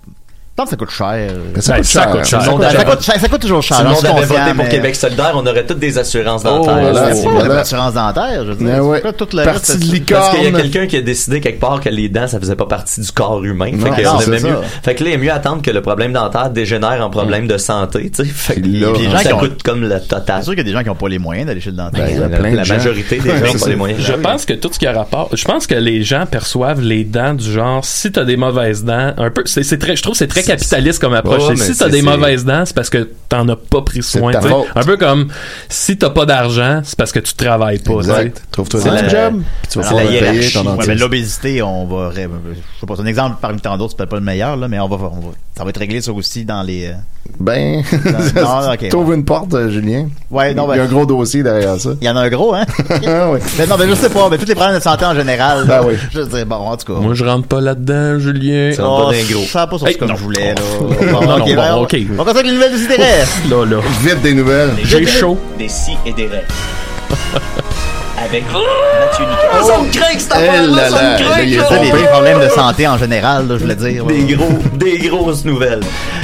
je pense que ça coûte cher. Ben, Ben, coûte ça cher. coûte cher. Ça coûte Ça, Ça coûte, cher- ça coûte toujours cher. Si le j'en monde suis avait conscient, voté pour mais- Québec solidaire, on aurait toutes des assurances Ah, dentaires. Oh, là, là, c'est là, pas là. l'assurance dentaire, je veux dire. Ben c'est ouais. pas tout le Partie reste, de c'est- Parce qu'il y Ben, a licorne. quelqu'un qui a décidé quelque part que les dents, ça faisait pas partie du corps humain. Non, Fait que, non, on c'est aimait ça. mieux, fait que là, il est mieux attendre que le problème dentaire dégénère en problème de santé, tu sais. Fait que, Puis là, puis les gens ça qui ont- coûte comme le total. C'est sûr qu'il y a des gens qui n'ont pas les moyens d'aller chez le dentiste. Ben, il y en a La, plein de la gens. majorité des gens C'est ont pas ça. les moyens. Ben Je pense que tout ce qui a rapport, je pense que les gens perçoivent les dents du genre si t'as des mauvaises dents, un peu, c'est c'est très, je trouve que c'est très capitaliste comme approche. Ouais, C'est mais si t'as c'est- des c'est- mauvaises dents, c'est parce que t'en as pas pris C'est soin. ta tu sais. faute. Un peu comme si t'as pas d'argent, c'est parce que tu travailles pas. tu sais. Exact. Trouve-toi C'est un la- job. puis Tu vas la pouvoir le payer hiérarchie. ton Ouais, Ouais, mais dentiste. l'obésité, on va. ré- Je sais pas, c'est un exemple parmi tant d'autres, c'est peut-être pas le meilleur, là, mais on va, on va- ça va être réglé ça aussi dans les. euh, Ben, Non, ok, trouve une porte, euh, Julien. Ouais, non, Il y a un ben, gros dossier derrière ça. il y en a un gros, hein? Ah oui. mais non, mais je sais pas, mais tous les problèmes de santé en général. Ben là, oui. Je veux dire, bon, en tout cas. Moi, je rentre pas là-dedans, Julien. Oh, Ça rentre pas dans les gros. Ça a pas sorti Hey, comme non. je voulais, là. Oh. Bon, Non, non, ok, bon, ben, on- ok. On commence avec les nouvelles du CDR. Là, là. Vite des Oh. nouvelles. J'ai chaud. Des si et des rêves. Avec Oh! Mathieu Nicolas. Eh là là, là, il est Ça, les pompé. les problèmes de santé en général, là, je voulais dire. là. Des gros, des grosses nouvelles.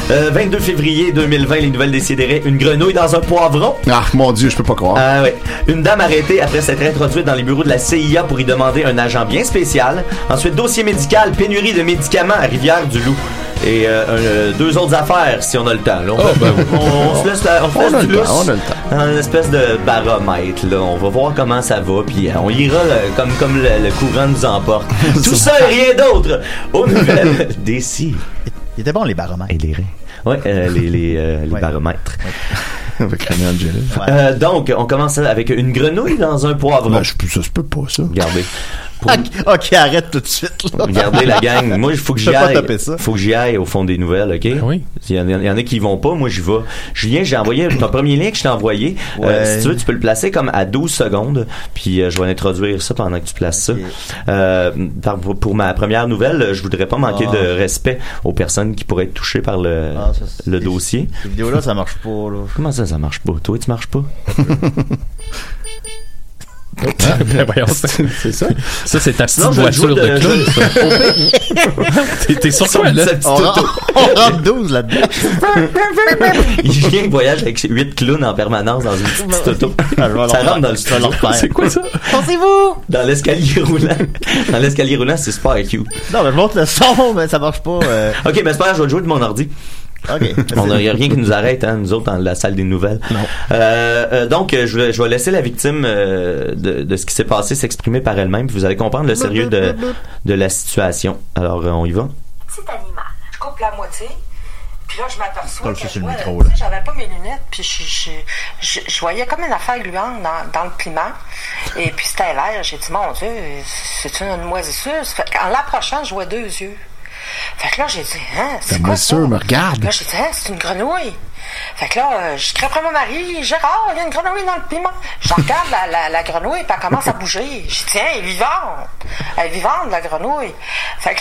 Euh, 22 février 2020, les nouvelles décideraient une grenouille dans un poivron. Ah, mon Dieu, je peux pas croire. Ah ouais. Une dame arrêtée après s'être introduite dans les bureaux de la CIA pour y demander un agent bien spécial. Ensuite, dossier médical, pénurie de médicaments à Rivière-du-Loup. Et euh, un, euh, deux autres affaires, si on a le temps. là. On, on- on se laisse, la- on se Ah, ben On laisse a du le temps, lousse. on a le temps. Un espèce de baromètre, là. On va voir comment ça va, puis euh, on ira là, comme, comme le, le courant nous emporte. Tout ça et rien d'autre. Aux nouvelles des si Il était bon, les baromètres. les Ouais, euh, les, les, euh, les baromètres. Avec Euh, donc, on commence avec une grenouille dans un poivron. Ben, je, ça se peut pas, ça. Regardez. Ok, ok, arrête tout de suite. là. Regardez la gang. Moi, il faut que Je j'y peux pas aille. taper ça. faut que j'y aille au fond des nouvelles, OK? Il y, en a- il y en a qui vont pas. Moi, j'y vais. Julien, j'ai envoyé ton premier lien que je t'ai envoyé. euh, Ouais. si tu veux, tu peux le placer comme à 12 secondes. Puis, euh, je vais introduire ça pendant que tu places ça. Euh, par- pour ma première nouvelle, je voudrais pas manquer Ah. de respect aux personnes qui pourraient être touchées par le, Ah, ça, c'est- le dossier. Ces vidéos-là, ça marche pas, là. Comment ça, ça marche pas? Toi, tu marches pas? Ben voyons, c'est c'est ça. Ça, c'est ta petite Non, je vais voiture jouer de de- club. je- ça. T'es- T'es sur quoi, là? On rentre, on rentre 12 là-dedans. Julien voyage avec 8 clowns en permanence dans une petite auto. Ah, je vais leur Ça faire. rentre dans le Je vais leur faire. C'est quoi ça? Pensez-vous? Dans l'escalier roulant. Dans l'escalier roulant, c'est super cute. Non, mais je monte le son, mais ça marche pas. euh, Ok, mais c'est pas grave, je vais le jouer de mon ordi. Ok. On a, y a rien qui nous arrête, hein, nous autres, dans la salle des nouvelles. Euh, euh, donc, euh, je, vais- je vais laisser la victime euh, de, de ce qui s'est passé s'exprimer par elle-même, puis vous allez comprendre le sérieux de, de la situation. Alors, euh, on y va. petit animal. Je coupe la moitié. Puis là, je m'aperçois Colle que ça je sur le vois- micro, là. tu sais, j'avais pas mes lunettes, puis je, je, je, je voyais comme une affaire gluante dans, dans le piment. Et puis c'était l'air. J'ai dit, mon Dieu, c'est une moisissure. Ça Fait en l'approchant, je vois deux yeux. Fait que là, j'ai dit, hein, La c'est quoi ça? moisissure me regarde. Là, j'ai dit, Hein, c'est une grenouille. Fait que là, euh, je crie après mon mari, Gérard, il y a une grenouille dans le piment. Je regarde la, la, la grenouille, puis elle commence à bouger. Je dis, tiens, elle est vivante. Elle est vivante, la grenouille. Fait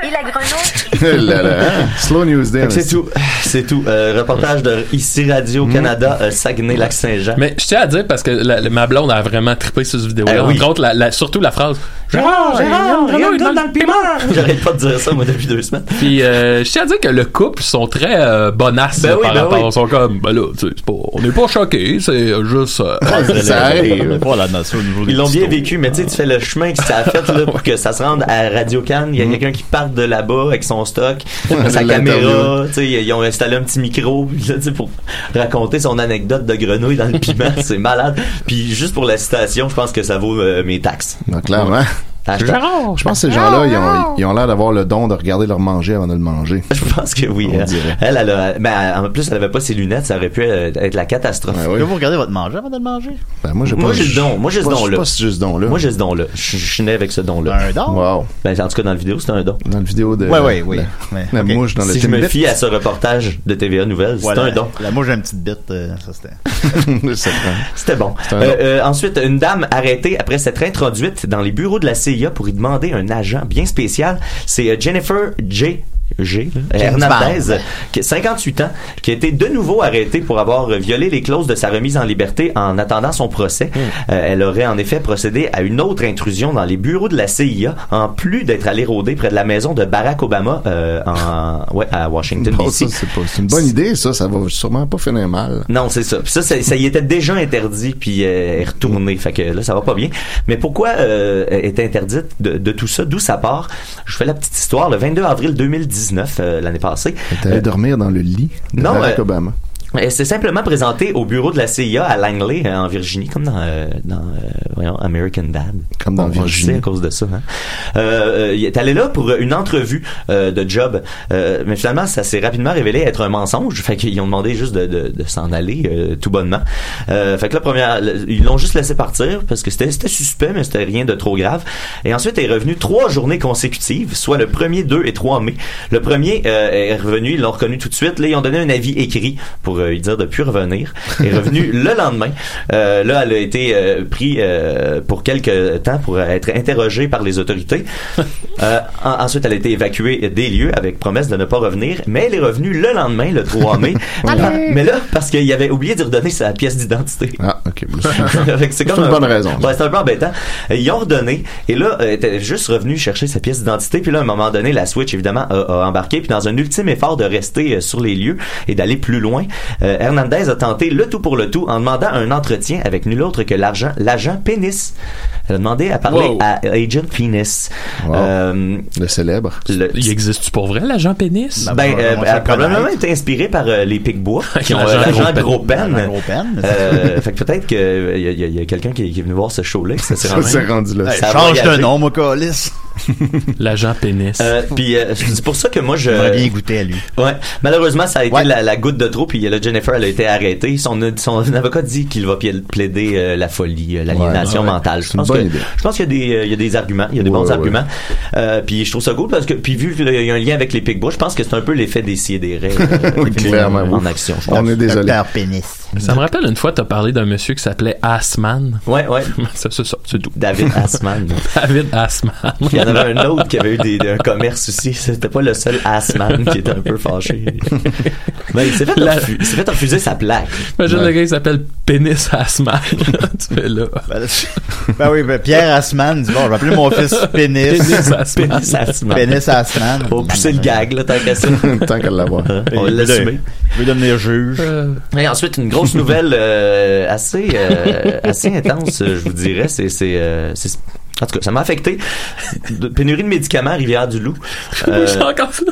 que. Et la grenouille. Là, là, hein? Slow news day. Fait que C'est tout. C'est tout. Euh, reportage de Ici Radio-Canada, euh, Saguenay-Lac-Saint-Jean. Mais je tiens à dire, parce que la- la- ma blonde a vraiment trippé sur cette vidéo-là. Eh oui. Ah, Entre autres, la- la- surtout la phrase Gérard, Gérard, Grenouille dans le piment! J'arrête pas de dire ça, moi, depuis deux semaines. Puis euh, je tiens à dire que le couple sont très euh, bonasses Ben là, oui, par ben rapport. oui. Ils sont comme, ben là, tu sais, c'est pas- on n'est pas choqués, c'est euh, juste. euh, Ça arrive. Pas la notion au niveau des Ils l'ont bien tutos. vécu, mais tu sais, tu fais le chemin que ça a fait là, pour que ça se rende à Radio Cannes. Mm-hmm. Il y a quelqu'un qui part de là-bas avec son stock, sa caméra. l'interview. Tu sais, ils ont installé un petit micro puis là, tu sais, pour raconter son anecdote de grenouille dans le piment. C'est malade. Puis juste pour la citation, je pense que ça vaut euh, mes taxes. Donc, Ben, clairement. Hashtag. Je pense que ces gens-là, ils ont, ils ont l'air d'avoir le don de regarder leur manger avant de le manger. Je pense que oui. On hein. dirait. Elle, elle a- mais en plus, elle avait pas ses lunettes, ça aurait pu euh, être la catastrophe. Ben Est-ce oui. que vous regardez votre manger avant de le manger? Ben, moi, j'ai Moi, pas- j'ai le don. Moi, j'ai ce je sais don-là. pas si j'ai ce don-là. Moi, j'ai ce don-là. Je je suis né avec ce don-là. Un don? Wow. Ben, en tout cas, dans la vidéo, c'est un don. Dans la vidéo de. Ouais, ouais, oui. La, Ouais, la ok. mouche dans le si je me Timbit. fie à ce reportage de TVA Nouvelles, Voilà. c'est un don. Là, moi, j'ai une petite bite. euh, ça, c'était. Ça prend. C'était bon. un Euh, don. euh, ensuite, une dame arrêtée après s'être introduite dans les bureaux de la CIA pour y demander un agent bien spécial. C'est euh, Jennifer J. G. Hernandez, qui a 58 ans, qui a été de nouveau arrêtée pour avoir euh, violé les clauses de sa remise en liberté en attendant son procès. Hmm. Euh, elle aurait en effet procédé à une autre intrusion dans les bureaux de la CIA, en plus d'être allée rôder près de la maison de Barack Obama euh, en, ouais, à Washington, Bon, D.C. ça, c'est pas- c'est une bonne idée, ça. Ça va sûrement pas finir mal. Non, c'est ça. Puis ça, ça, ça y était déjà interdit, puis euh, est retourné. Fait que là, ça va pas bien. Mais pourquoi euh, est interdite de, de tout ça? D'où ça part? Je fais la petite histoire. Le 22 avril 2019, euh, l'année passée, T'es allé euh, dormir dans le lit de non, Barack euh, Obama. elle s'est simplement présentée au bureau de la CIA à Langley, euh, en Virginie, comme dans, euh, dans euh, voyons, American Dad. Comme dans On va Virginie. juger à cause de ça. Hein. Euh, euh, il est allé là pour une entrevue euh, de job, euh, mais finalement, ça s'est rapidement révélé être un mensonge. Fait qu'ils ont demandé juste de, de, de s'en aller euh, tout bonnement. Euh, fait que la première, le- ils l'ont juste laissé partir parce que c'était c'était suspect, mais c'était rien de trop grave. Et ensuite, il est revenu trois journées consécutives, soit le 1er, 2 et 3 mai. Le premier euh, est revenu, ils l'ont reconnu tout de suite. Là, ils ont donné un avis écrit pour euh, lui dire de plus revenir. Il est revenu le lendemain. Euh, là, elle a été euh, prise euh, pour quelques temps pour être interrogée par les autorités. Euh, en- ensuite, elle a été évacuée des lieux avec promesse de ne pas revenir, mais elle est revenue le lendemain, le 3 mai. Ah, mais là, parce qu'il avait oublié de redonner sa pièce d'identité. Ah, ok. Fait que c'est comme une un- bonne raison. Ouais, c'est un peu embêtant. Euh, Ils ont redonné et là, euh, était juste revenu chercher sa pièce d'identité. Puis là, à un moment donné, la Switch évidemment a, a embarqué. Puis dans un ultime effort de rester euh, sur les lieux et d'aller plus loin, euh, Hernandez a tenté le tout pour le tout en demandant un entretien avec nul autre que l'argent, l'agent Pénis. Elle a demandé à parler Wow. à Agent Pénis. Wow. Euh, Le célèbre. le- Il existe-tu pour vrai, l'agent pénis? Non. ben, On va- euh, on va elle a se probablement reconnaître. été inspirée par euh, les Picbois, qui ont euh, L'agent l'agent Gros Gros Ben. Un gros pen. mais c'est- Euh, fait que peut-être qu'il y a, y a- y a quelqu'un qui, est- qui est venu voir ce show-là. que Ça s'est Ça rendu. s'est rendu là. Hey, ça a change de voyagé. nom, mon colis. L'agent pénis. Euh, puis euh, c'est pour ça que moi je. J'aimerais bien goûter à lui. Ouais. Malheureusement, ça a été la, la goutte de trop. Puis euh, là, Jennifer, elle a été arrêtée. Son, son avocat dit qu'il va pia- plaider euh, la folie, euh, l'aliénation Ouais, ouais. mentale. C'est Je une pense, bonne que, idée. je pense qu'il y, a des, euh, il y a des arguments, il y a des Ouais, bons ouais. arguments. Euh, puis je trouve ça cool parce que puis vu qu'il y a un lien avec les Picbois, je pense que c'est un peu l'effet des scies et des rêves. Clairement, en oui. action. je On pense. est désolé. pénis. Ça me rappelle une fois, t'as parlé d'un monsieur qui s'appelait Asman. Ouais, ouais. c'est c'est ça, c'est tout. David Asman. David Asman. Il y en avait un autre qui avait eu des, un commerce aussi. C'était pas le seul Asman qui était un peu fâché. Mais il s'est fait, La- refu- il s'est fait refuser sa plaque. Imagine Ouais. le gars, il s'appelle Pénis Asman. tu fais là. Ben oui, ben Pierre Asman dit bon, je vais appeler mon fils Pénis. Pénis Asman. Pénis Asman. Pénis Asman. On va pousser le gag, là, tant qu'à ça. Hein? Tant qu'à l'avoir. On va Il veut l'assumer. de- il veut devenir juge. Et ensuite, une grosse nouvelle euh, assez, euh, assez intense, euh, je vous dirais. C'est, c'est, euh, c'est- en tout cas, ça m'a affecté. De- pénurie de médicaments à Rivière-du-Loup. Euh, Oui, j'ai encore ça.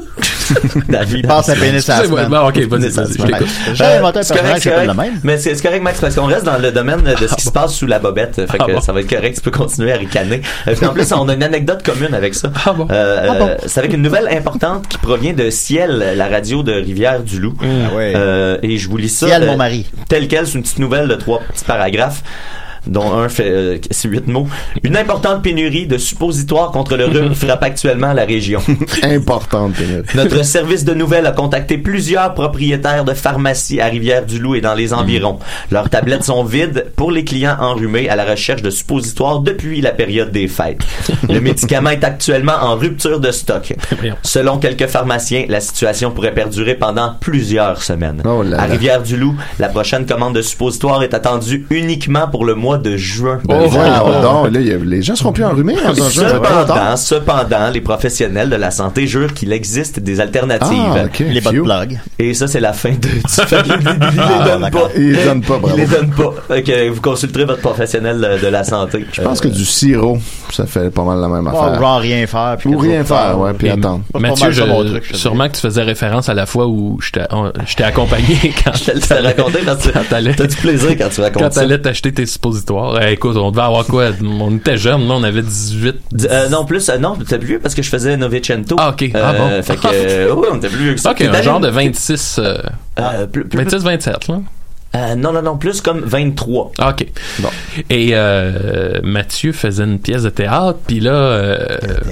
David passe à pénis à la Excusez-moi, semaine. bon, ok, vas-y, Pénis vas-y, à la je semaine. t'écoute. J'ai Euh, inventé un personnage c'est correct, qui c'est s'appelle le correct. même. Ah Mais c'est c'est correct, Max, parce qu'on reste dans le domaine de ce qui se passe sous la bobette. euh, Fait que ça va être correct, tu peux continuer à ricaner. Euh, puis en plus, on a une anecdote commune avec ça. Euh, Ah bon? euh, C'est avec une nouvelle importante qui provient de Ciel, la radio de Rivière-du-Loup. Ah ouais. Euh, et je vous lis ça. Ciel, euh, mon mari. Tel quel, c'est une petite nouvelle de trois petits paragraphes dont un fait euh, c'est huit mots. Une importante pénurie de suppositoires contre le rhume frappe actuellement la région. Importante pénurie. Notre service de nouvelles a contacté plusieurs propriétaires de pharmacies à Rivière-du-Loup et dans les environs. Leurs tablettes sont vides pour les clients enrhumés à la recherche de suppositoires depuis la période des fêtes. Le médicament est actuellement en rupture de stock. Selon quelques pharmaciens, la situation pourrait perdurer pendant plusieurs semaines. Oh là. à Rivière-du-Loup, la prochaine commande de suppositoires est attendue uniquement pour le mois de juin. Oh. Ben, voyons donc, là, y a- les gens seront plus enrhumés dans un jeu. ça va être Cependant, longtemps. cependant, les professionnels de la santé jurent qu'il existe des alternatives. Ah, ok, Les bonnes phew. blagues. Et ça, c'est la fin de. Ils les donnent pas. Ils Ah, les donnent pas, bravo. Ils les donnent pas. Fait que vous consulterez votre professionnel euh, de la santé. Euh, Je pense que du sirop, ça fait pas mal la même Bon, affaire. genre rien faire. puis Ou quelque rien chose faire, faire. ouais, puis Et attendre. Oh, euh, Mathieu, Pas mal ça, mon truc, je, je te sûrement que tu faisais référence à la fois où je t'ai- on- je t'ai accompagné quand Je te laisse te raconter parce que t'allais- t'as du plaisir quand tu quand racontes ça. t'allais t'acheter tes suppositoires. Eh, écoute, on devait avoir quoi? On était jeunes, là, on avait 18. D- euh, non, plus, euh, non, t'as plus vieux parce que je faisais Novecento. Ah, ok. Ah, Euh, bon. Fait que, euh, oui, on était plus vieux que ça. Ok, Puis un d'aller- genre de 26... euh, Euh, plus- plus- 26-27, là. euh, non, non, non, plus comme 23. Ah, OK. Bon. Et euh, Mathieu faisait une pièce de théâtre, puis là, euh, il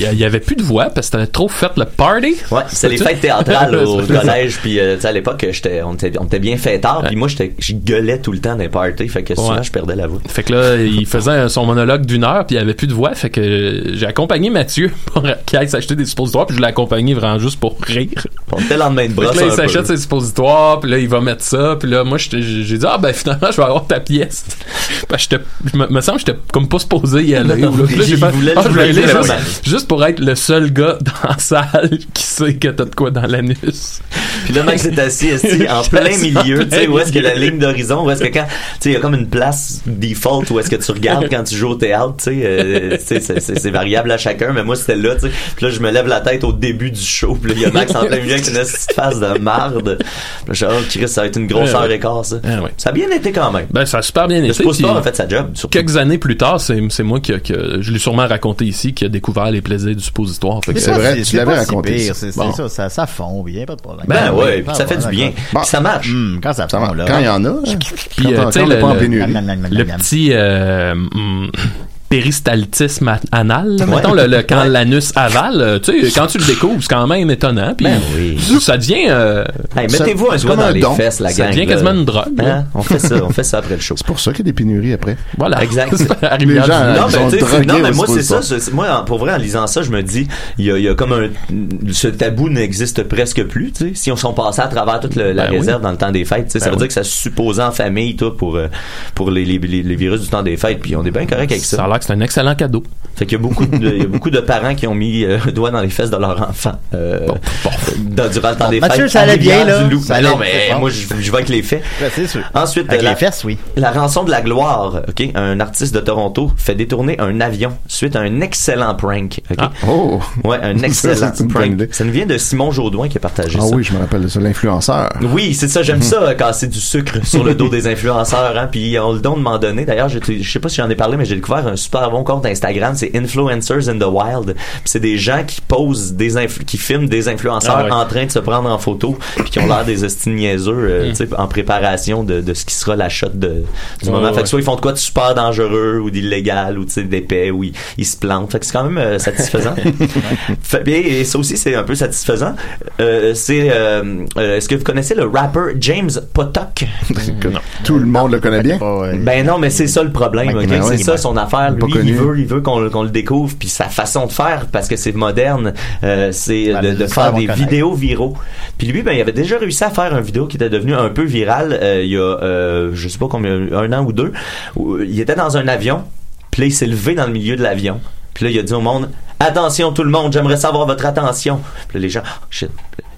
y, a- il y avait plus de voix parce que t'avais trop fait le party. Ouais, c'est les ça? fêtes théâtrales au C'est ça. collège puis euh, tu sais, à l'époque j'étais on était on était bien fêtard puis moi j'étais je gueulais tout le temps dans les parties fait que souvent Ouais. je perdais la voix. Fait que là, il faisait son monologue d'une heure, puis il avait plus de voix. Fait que j'ai accompagné Mathieu pour qu'il aille s'acheter des suppositoires, puis je l'ai accompagné vraiment juste pour rire. On était lendemain de Fait brosse que là, il un peu. s'achète ses suppositoires, puis là, il va mettre ça, puis là, moi, j'étais- j'ai dit, ah, ben, finalement, je vais avoir ta pièce. Parce que j'étais- je me, me semble que j'étais comme pas supposé y aller. Non, Ou là, puis là, j'ai il fait, voulait- il ah, je vais voulait y aller le juste, faire. juste pour être le seul gars dans la salle qui sait que t'as de quoi dans l'anus. Puis là, Max est assis, assis en plein milieu, tu sais, où est-ce que la ligne d'horizon, où est-ce que quand, tu sais, il y a comme une place default où est-ce que tu regardes quand tu joues au théâtre, tu sais, euh, tu sais, c'est- c'est c'est variable à chacun, mais moi, c'était là, tu sais. Puis là, je me lève la tête au début du show, puis là, il y a Max en plein milieu avec une petite face de marde. Puis là, je suis, oh, Chris, ça va être une grosse Ouais, ouais. heure et quart, ça. Ah, ouais. Ça a bien été quand même. Ben, ça a super bien Le été. puis- suppositoire a fait sa job, surtout. Quelques années plus tard, c'est c'est moi qui, a- que je l'ai sûrement raconté ici, qui a découvert les plaisirs du suppositoire. Fait que- C'est pas vrai, si- tu c'est l'avais pas si raconté, pire, ça. C'est c'est Bon. ça, ça, ça fond bien, pas de problème. Ben ouais, puis ça fait du bien. Bon. Puis ça marche. Hum, quand ça fond, là. Quand il y en a, hein. Puis, euh, quand tu sais, on n'est le- pas en le- pénurie. Miam, miam, miam, le miam. petit euh, mm, péristaltisme a- anal, là, Ouais. mettons, le, le- quand l'anus avale, euh, tu sais, quand tu le découvres, c'est quand même étonnant. Puis Ben oui. ça devient, euh, Hey, mettez-vous un c'est doigt comme dans un les don. fesses, la ça gang. devient là. quasiment une drogue. là. Hein? On fait ça, on fait ça après le show. C'est pour ça qu'il y a des pénuries après. Voilà. Exact. C'est la Les rivière gens, du- euh, Non, Ils mais, ont tu sais, drogué non, mais au moi, c'est ça. suppositoire. c'est- moi, en- pour vrai, en lisant ça, je me dis, il y a, il y a comme un. Ce tabou n'existe presque plus, tu sais. Si on s'en passait à travers toute le- la Ben oui. Ben réserve dans le temps des fêtes, tu sais, ça veut dire que ça se supposait en famille, toi, pour, euh, pour les, les, les- les virus du temps des fêtes. Puis on est bien correct avec Ça ça. a l'air que c'est un excellent cadeau. Fait qu'il y a beaucoup de, il y a beaucoup de parents qui ont mis euh, le doigt dans les fesses de leur enfant. euh, dans- durant le temps des Mathieu, fêtes. ça allait en bien, rivière là. du Loup. Ça Ben non, allait- c'est mais bon. moi, je, je vais avec les faits. Ouais, c'est sûr. Ensuite, Avec euh, les fesses, oui. la rançon de la gloire, ok, un artiste de Toronto fait détourner un avion suite à un excellent prank, ok. Ah. Oh! Ouais, un excellent Ça, c'est une bonne idée. prank. Ça nous vient de Simon Jaudoin qui a partagé Ah ça. oui, je me rappelle de ça, l'influenceur. Mhm. Oui, c'est ça, j'aime Mhm. ça, euh, casser du sucre sur le dos des influenceurs, hein, puis on le donne m'en donner. D'ailleurs, j'ai- je sais pas si j'en ai parlé, mais j'ai découvert un, su- super bon compte Instagram, c'est Influencers in the Wild. Puis c'est des gens qui posent des influ- qui filment des influenceurs Ah ouais. en train de se prendre en photo, puis qui ont l'air des hosties de niaiseux, Mhm. euh, tu sais, en préparation de, de ce qui sera la shot de, du Ouais, moment. Fait ouais. que soit ils font de quoi de super dangereux ou d'illégal ou tu sais d'épais ou ils, ils se plantent. Fait que c'est quand même euh, satisfaisant. Fait- et, et ça aussi c'est un peu satisfaisant. Euh, c'est euh, euh, est-ce que vous connaissez le rapper James Potok? Tout le monde le connaît bien. Ben non, mais c'est ça le problème. Ben, ok? ben c'est oui. ça son affaire. Pas Lui, connu. il veut, il veut qu'on, le- qu'on le découvre. Puis sa façon de faire, parce que c'est moderne, euh, c'est de, de faire vont des connaître. vidéos viraux. Puis lui, ben il avait déjà réussi à faire une vidéo qui était devenue un peu virale euh, il y a, euh, je sais pas combien, un an ou deux. Où euh, il était dans un avion. Puis là, il s'est levé dans le milieu de l'avion. Puis là, il a dit au monde Attention tout le monde, j'aimerais savoir votre attention. Puis là, les gens, Oh, shit.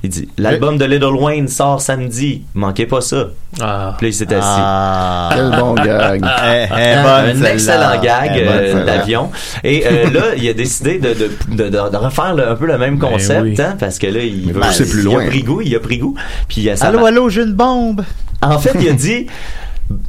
Il dit L'album de Little Wayne sort samedi. Manquez pas ça. Puis là, il s'est assis. Ah. Quel bon gag. Eh, eh, bonne Un celle-là. excellent gag Eh, bonne euh, celle-là. d'avion. Et euh, là, il a décidé de, de- de- de- de refaire le- un peu le même Ben concept, oui. hein, parce que là, il veut. pousser plus Il loin. a pris goût, il a pris goût. Puis il a ça. Allô, allô, j'ai une bombe. En fait, il a dit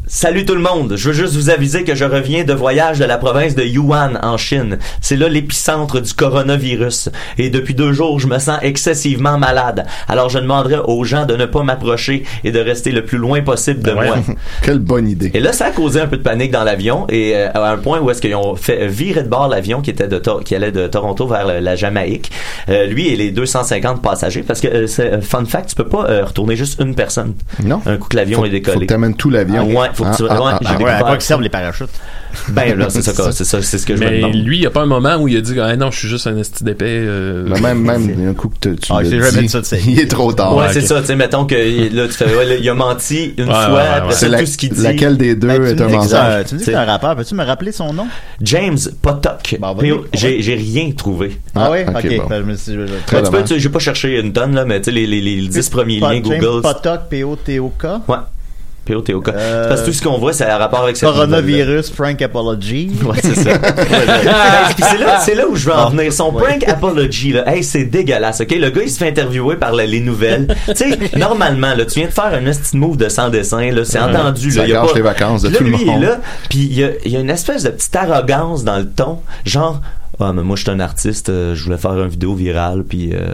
Salut tout le monde, je veux juste vous aviser que je reviens de voyage de la province de Yuan en Chine. C'est là l'épicentre du coronavirus et depuis deux jours, je me sens excessivement malade. Alors je demanderai aux gens de ne pas m'approcher et de rester le plus loin possible Ben de moi. Quelle bonne idée. Et là, ça a causé un peu de panique dans l'avion et euh, à un point où est-ce qu'ils ont fait virer de bord l'avion qui était de Tor- qui allait de Toronto vers le- la Jamaïque. Euh, lui et les 250 passagers parce que euh, c'est- euh, fun fact, tu peux pas euh, retourner juste une personne. Non. Un coup que l'avion est décollé. Faut que t'amènes tout l'avion. Ah ouais, faut que tu- ouais, j'ai découvert à quoi ça. que servent les parachutes? Ben là, c'est ça, que- c'est ça, c'est ce que je me Mais demande. lui, il n'y a pas un moment où il a dit Ah non, je suis juste un esti d'épais. euh. Le Bah, même, même, un coup que tu- tu Ah, le j'ai jamais dis, dit ça, tu sais. il est trop tard. Ouais, Ah, c'est ça, tu sais, mettons que là, tu fais, ouais, là, il a menti une Ouais, fois, ouais, ouais, après ouais. ça, C'est la- tout ce qu'il dit. laquelle des deux est un mensonge? Tu me dis que c'est un rappeur, peux-tu me rappeler son nom? James Potok. P.O. J'ai j'ai rien trouvé. Ah oui? Ok, ben, je me suis. je- Ben, tu peux, tu- j'ai pas cherché une tonne, là, mais tu sais, les, les, les 10 premiers Pot- liens James Google. Potok, P-O-T-O-K. Ouais. P.O. Teoka. C'est Parce que tout ce qu'on voit, c'est un rapport avec cette Coronavirus Prank Apology. Ah, Ouais, c'est ça. nouvelle-là. Hey, puis c'est là, c'est là où je veux en venir. Son prank apology, là, hey, c'est dégueulasse, ok? Le gars, il se fait interviewer par la- les nouvelles. tu sais, normalement, là, tu viens de faire un petit move de sans dessin, là, c'est Ouais. entendu, Ça là. y a gâche pas- les vacances de Puis là, tout le lui, il est monde. là, puis il y a, il y a une espèce de petite arrogance dans le ton, genre ah mais moi je suis un artiste, euh, je voulais faire une vidéo virale puis euh,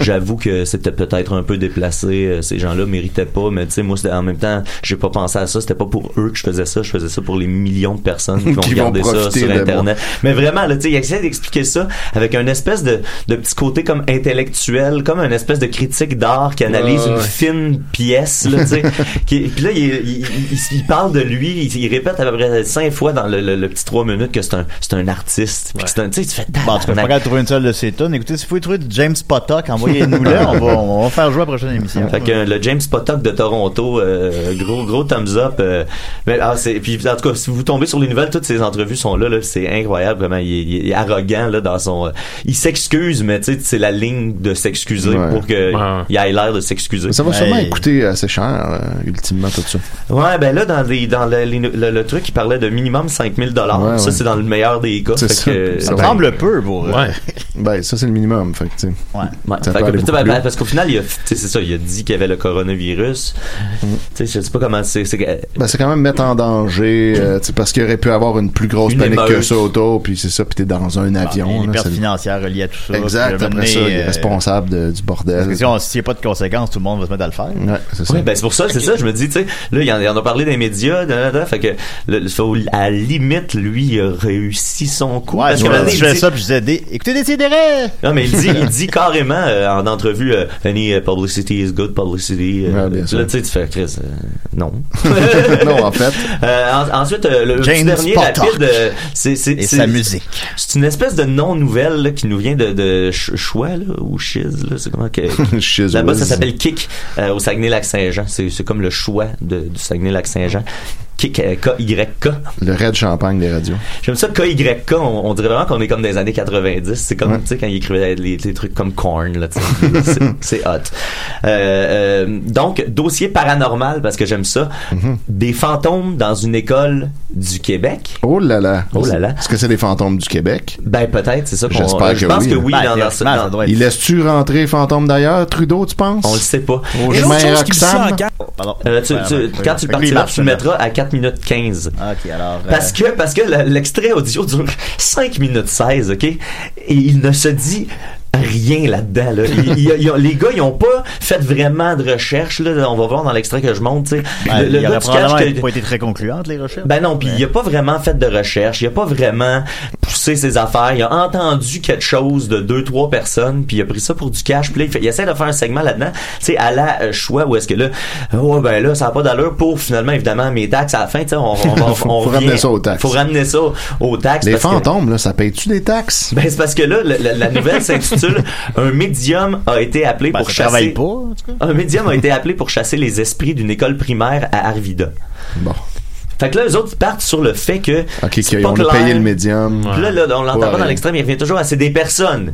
j'avoue que c'était peut-être un peu déplacé, euh, ces gens-là méritaient pas mais tu sais moi c'était- en même temps, j'ai pas pensé à ça, c'était pas pour eux que je faisais ça, je faisais ça pour les millions de personnes qui vont Qui vont regarder ça profiter sur de moi. internet. Mais vraiment là, tu sais, il essaie d'expliquer ça avec un espèce de, de petit côté comme intellectuel, comme un espèce de critique d'art qui analyse Ouais, une ouais. fine pièce là, tu sais. qui- Puis là, il, il- il- il parle de lui, il, il répète à peu près cinq fois dans le, le- le petit trois minutes que c'est un, c'est un artiste. Puis que c'est un, tu sais, tu fais Bon, tu peux pas tabarnak. capable de trouver une seule de ces tunes. Écoutez, si vous pouvez trouver du James Potok, envoyez-nous là. On va, on va faire jouer à la prochaine émission. Fait que euh, le James Potok de Toronto, euh, gros gros thumbs up. euh, mais ah, c'est puis en tout cas, si vous tombez sur les nouvelles, toutes ces entrevues sont là, là c'est incroyable vraiment. Il, est- il est arrogant là dans son, euh, il s'excuse, mais tu sais, c'est la ligne de s'excuser Ouais. pour que il ait l'air de s'excuser. Ça va sûrement Ouais. coûter assez cher, euh, ultimement, tout ça. Ouais, ben là, dans, les, dans le, les- le, le truc, il parlait de minimum 5000 dollars. Ouais, ça, ouais. c'est dans le meilleur des cas. C'est fait que- ça. euh, Ça semble peu pour. Ouais. Ben, ça, c'est le minimum. Fait que, tu sais. Ouais. Ça Fait peut que, aller tu sais, beaucoup ben, plus parce qu'au final, il a, tu sais, c'est ça, il a dit qu'il y avait le coronavirus. Tu sais, je sais pas comment c'est. c'est que- Ben, c'est quand même mettre en danger, euh, tu sais, parce qu'il aurait pu avoir une plus grosse Une panique que émeute. ça autour, puis c'est ça, puis t'es dans un avion. les là, pertes c'est- financières reliées à tout ça. hein, Exact, Puis, à un après moment ça, il est euh, responsable de- du bordel. Parce que si on- s'il n'y a pas de conséquences, tout le monde va se mettre à le faire. Ouais, c'est ça. Ouais, ben c'est pour ça, c'est ça, je me dis, tu sais, là, il y en, il y en a parlé dans les médias, da, da, da, fait que, le- le- faut- à la limite, lui, il a réussi son coup. Ouais, Parce je que, maintenant, faisais- il je faisais dit- ça, puis je disais, des- écoutez, déciderez! Non, mais il dit, il dit carrément euh, en entrevue euh, Any uh, publicity is good publicity. euh, bien sûr. là, tu sais, tu fais Chris. euh, non. non, en fait. ensuite, euh, le petit James dernier Potok. rapide, euh, c'est c'est- Et c'est- sa musique. C'est une espèce de non-nouvelle là, qui nous vient de, de Ch- Choix, là, ou Chiz, là, c'est comment que. Chiz Là-bas, ça Wiz. s'appelle Kick euh, au Saguenay-Lac-Saint-Jean. C'est c'est comme le choix de- du Saguenay-Lac-Saint-Jean. Kick, euh, K-Y-K. Le Red Champagne des radios. J'aime ça KYK, on, on dirait vraiment qu'on est comme des années 90. C'est comme, tu sais, quand il écrivait les, les trucs comme Korn, là, tu sais. C'est- c'est hot. Euh, euh, donc, dossier paranormal, parce que j'aime ça. Mm-hmm. Des fantômes dans une école du Québec. Oh là là. Oh là là. Est-ce que c'est des fantômes du Québec? Ben, peut-être, c'est ça qu'on... J'espère que Je pense oui, que là. oui, Ben, dans, dans, théoriquement, dans- Il laisse-tu rentrer fantôme d'ailleurs, Trudeau, tu penses? On le sait pas. Au Et l'autre chemin chose qui me Roxham? sent en- Euh, tu- tu- Ouais, ouais, ouais. quand tu Fait que lui, il partiras, marche, tu le là. Ah, mettras à 4 4 minutes 15. OK, alors. euh, Parce que, parce que le- l'extrait audio dure 5 minutes 16, OK? Et il ne se dit rien là-dedans. là. Il- il- il- les gars, ils n'ont pas fait vraiment de recherche. Là. On va voir dans l'extrait que je monte. tu sais. Ouais, Ben, il y aurait gars du catch probablement que- pas été très concluante, les recherches. ben non, puis il a pas vraiment fait de recherche, il a pas vraiment poussé ses affaires, il a entendu quelque chose de deux trois personnes, puis il a pris ça pour du cash, puis là, il, fait- il essaie de faire un segment là-dedans, tu sais à la euh, choix où est-ce que là oh ben là ça a pas d'allure pour finalement évidemment mes taxes à la fin, tu sais on, on, on, Faut- on faut revient- ramener ça aux taxes. Faut ramener ça aux taxes Les parce que- fantômes, là, ça paye-tu des taxes? ben, c'est parce que là, la, la- la nouvelle s'intitule Un médium a été appelé pour Ben, ça chasser. travaille pas, Un médium a été appelé pour chasser les esprits d'une école primaire à Arvida. Bon. Fait que là, eux autres, ils partent sur le fait que. Ok, c'est ok, pas on clair. a payé le médium. Puis là, là, on l'entend pas dans Ouais. l'extrême, il revient toujours à c'est des personnes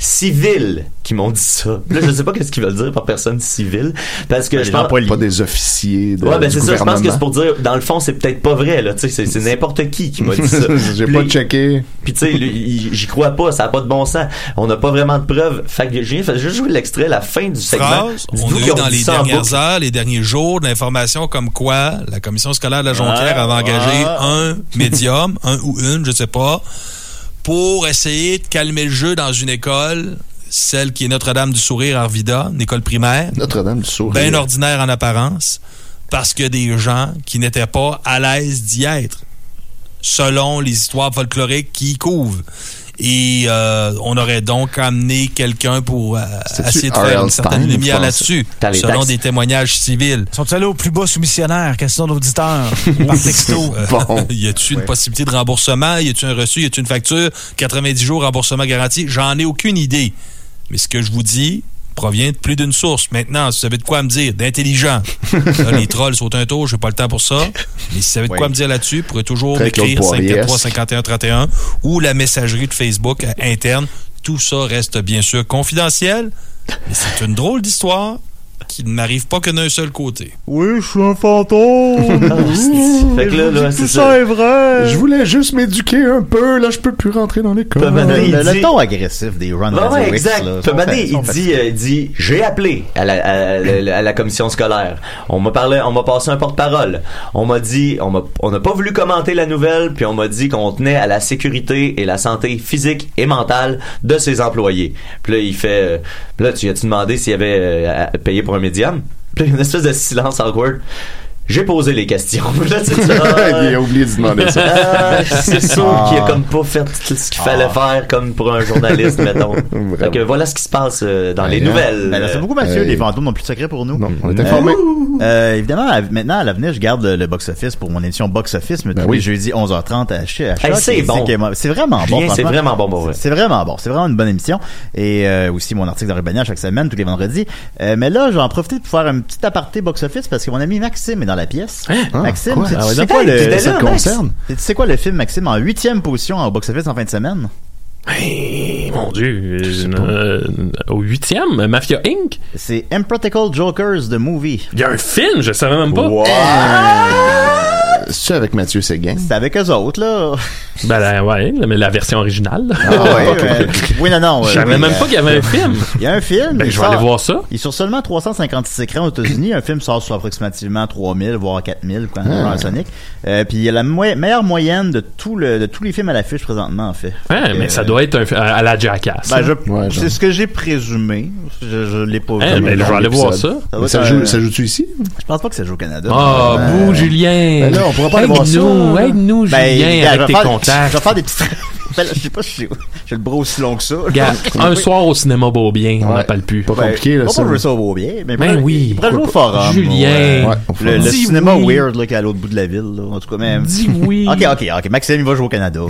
civiles qui m'ont dit ça. Puis Là, je sais pas qu'est-ce qu'ils veulent dire par personne civile parce que je pense pas des officiers de, Ouais, ben du c'est ça, je pense que c'est gouvernement. pour dire dans le fond, c'est peut-être pas vrai là, tu sais, c'est- c'est n'importe qui qui m'a dit ça. J'ai Puis pas là, checké. puis tu sais, lui, il- j'y crois pas, ça a pas de bon sens. On n'a pas vraiment de preuves. Fait que j'ai fait juste jouer l'extrait, la fin du segment. Phrase, Dites-vous on a qu'ils eu ont dans dit les ça en dernières boucle. heures, les derniers jours, l'information comme quoi la commission scolaire de la Jonquière Ah, avait engagé ah. un médium, un ou une, je sais pas, pour essayer de calmer le jeu dans une école, celle qui est Notre-Dame du Sourire à Arvida, une école primaire. Notre-Dame du Sourire. Ben, Bien ordinaire en apparence, parce que des gens qui n'étaient pas à l'aise d'y être, selon les histoires folkloriques qui y couvrent. Et euh, on aurait donc amené quelqu'un pour euh, C'était-tu essayer de faire R.L. une certaine Stein, lumière je pense? là-dessus, Dans les selon taxes. des témoignages civils. Sont allés au plus bas soumissionnaire, question d'auditeurs, par texto. Euh, y a-tu une Ouais. possibilité de remboursement? Y a-tu un reçu? Y a-tu une facture? 90 jours remboursement garanti? J'en ai aucune idée. Mais ce que je vous dis provient de plus d'une source. Maintenant, si vous savez de quoi me dire, d'intelligent. Là, les trolls sautent un tour, j'ai pas le temps pour ça. Mais si vous savez de quoi Oui. me dire là-dessus, vous pourrez toujours Très m'écrire Claude Poirier-esque. 543-5131 ou la messagerie de Facebook euh, interne. Tout ça reste bien sûr confidentiel, mais c'est une drôle d'histoire qui ne m'arrive pas que d'un seul côté. Oui, je suis un Ah, fantôme. Fait que là, là, Tout c'est ça ça. est vrai. Je voulais juste m'éduquer un peu. Là, je peux plus rentrer dans l'école. Peu mané, Le- il le dit- ton agressif des Run Ouais, Radio ouais, X, exact. là, Peu sont mané, faits, il sont faits. dit, euh, il dit, j'ai appelé à la, à la- à la commission scolaire. On m'a parlé, on m'a passé un porte-parole. On m'a dit, on m'a- on n'a pas voulu commenter la nouvelle, puis on m'a dit qu'on tenait à la sécurité et la santé physique et mentale de ses employés. Puis là, il fait, euh, puis là, tu as-tu demandé s'il y avait euh, à- payé pour un médium? Puis là, il y a une espèce de silence awkward. J'ai posé les questions. Puis là, tu sais, tu- ah, Il a oublié de demander ça. ah, c'est sûr Ah. qu'il a comme pas fait tout ce qu'il fallait faire comme pour un journaliste, mettons. Fait que voilà ce qui se passe euh, dans les Ben, nouvelles. ben, merci beaucoup, Mathieu. Les fantômes n'ont plus de secret pour nous. Euh, on est Euh, informés. euh, évidemment, à- maintenant, à l'avenir, je garde le, le box-office pour mon édition box-office, Ben mais tous oui. les jeudis 11h30 à, chez- à Hey, Choc. c'est Et bon. que moi- C'est vraiment Julien, bon. c'est franchement. vraiment bon, pour vrai. C'est c'est vraiment bon. C'est vraiment une bonne émission. Et euh, aussi mon article dans Rebellion chaque semaine, tous les vendredis. Euh, mais là, j'en profite pour faire un petit aparté box-office parce que mon ami Maxime est dans la pièce. Hein? Maxime, quoi? sais- Ah ouais, tu sais donc, quoi hey, le- t'étais là, ça te Max? concerne? Tu sais quoi le film Maxime en huitième position en box-office en fin de semaine? Mon Dieu, euh, au huitième, Mafia Inc. C'est Impractical Jokers, the movie. Il y a un film, je savais même pas. Ah! C'est avec Mathieu Séguin. C'est avec eux autres, là. Ah, Ben là, ouais, mais la version originale. ouais, ouais. Oui, non, non. Je euh, savais oui, même euh, pas qu'il y avait un film. Il y a un film. Ben, il je vais aller voir ça. Il est sur seulement 356 écrans aux États-Unis. un film sort sur approximativement 3000, voire 4000, quand Ah. dans Sonic. Euh, puis il y a la moy- meilleure moyenne de, tout le, de tous les films à l'affiche présentement, en fait. Hein, Euh, mais ça doit être un, à à la Jackass. hein. ben, je- Ouais, c'est ce que j'ai présumé. Je, je l'ai pas vu. Hein, ben, je vais aller voir ça. doit Mais ça être joue- un- ça joue-tu ici? Je pense pas que ça joue au Canada. Ah, Euh, bouh, Julien. Ben là, on pourra pas aller voir ça. Aide-nous, aide-nous, Ben, gars, Julien, je avec vais tes faire- contacts. Je vais faire des petits. Ben, là, je sais pas si j'ai j'ai le bras aussi long que ça. Regarde, un soir au cinéma Beaubien, on n'en parle plus. Pas Ben, pas pour le sauver au bien, mais Ben pour- oui. pour jouer au forum. Julien. ouais. Ouais, au le, forum. le Dis cinéma oui. weird là, qui est à l'autre bout de la ville, là. en tout cas même. Dis oui. Ok, ok, ok. Maxime, il va jouer au Canada.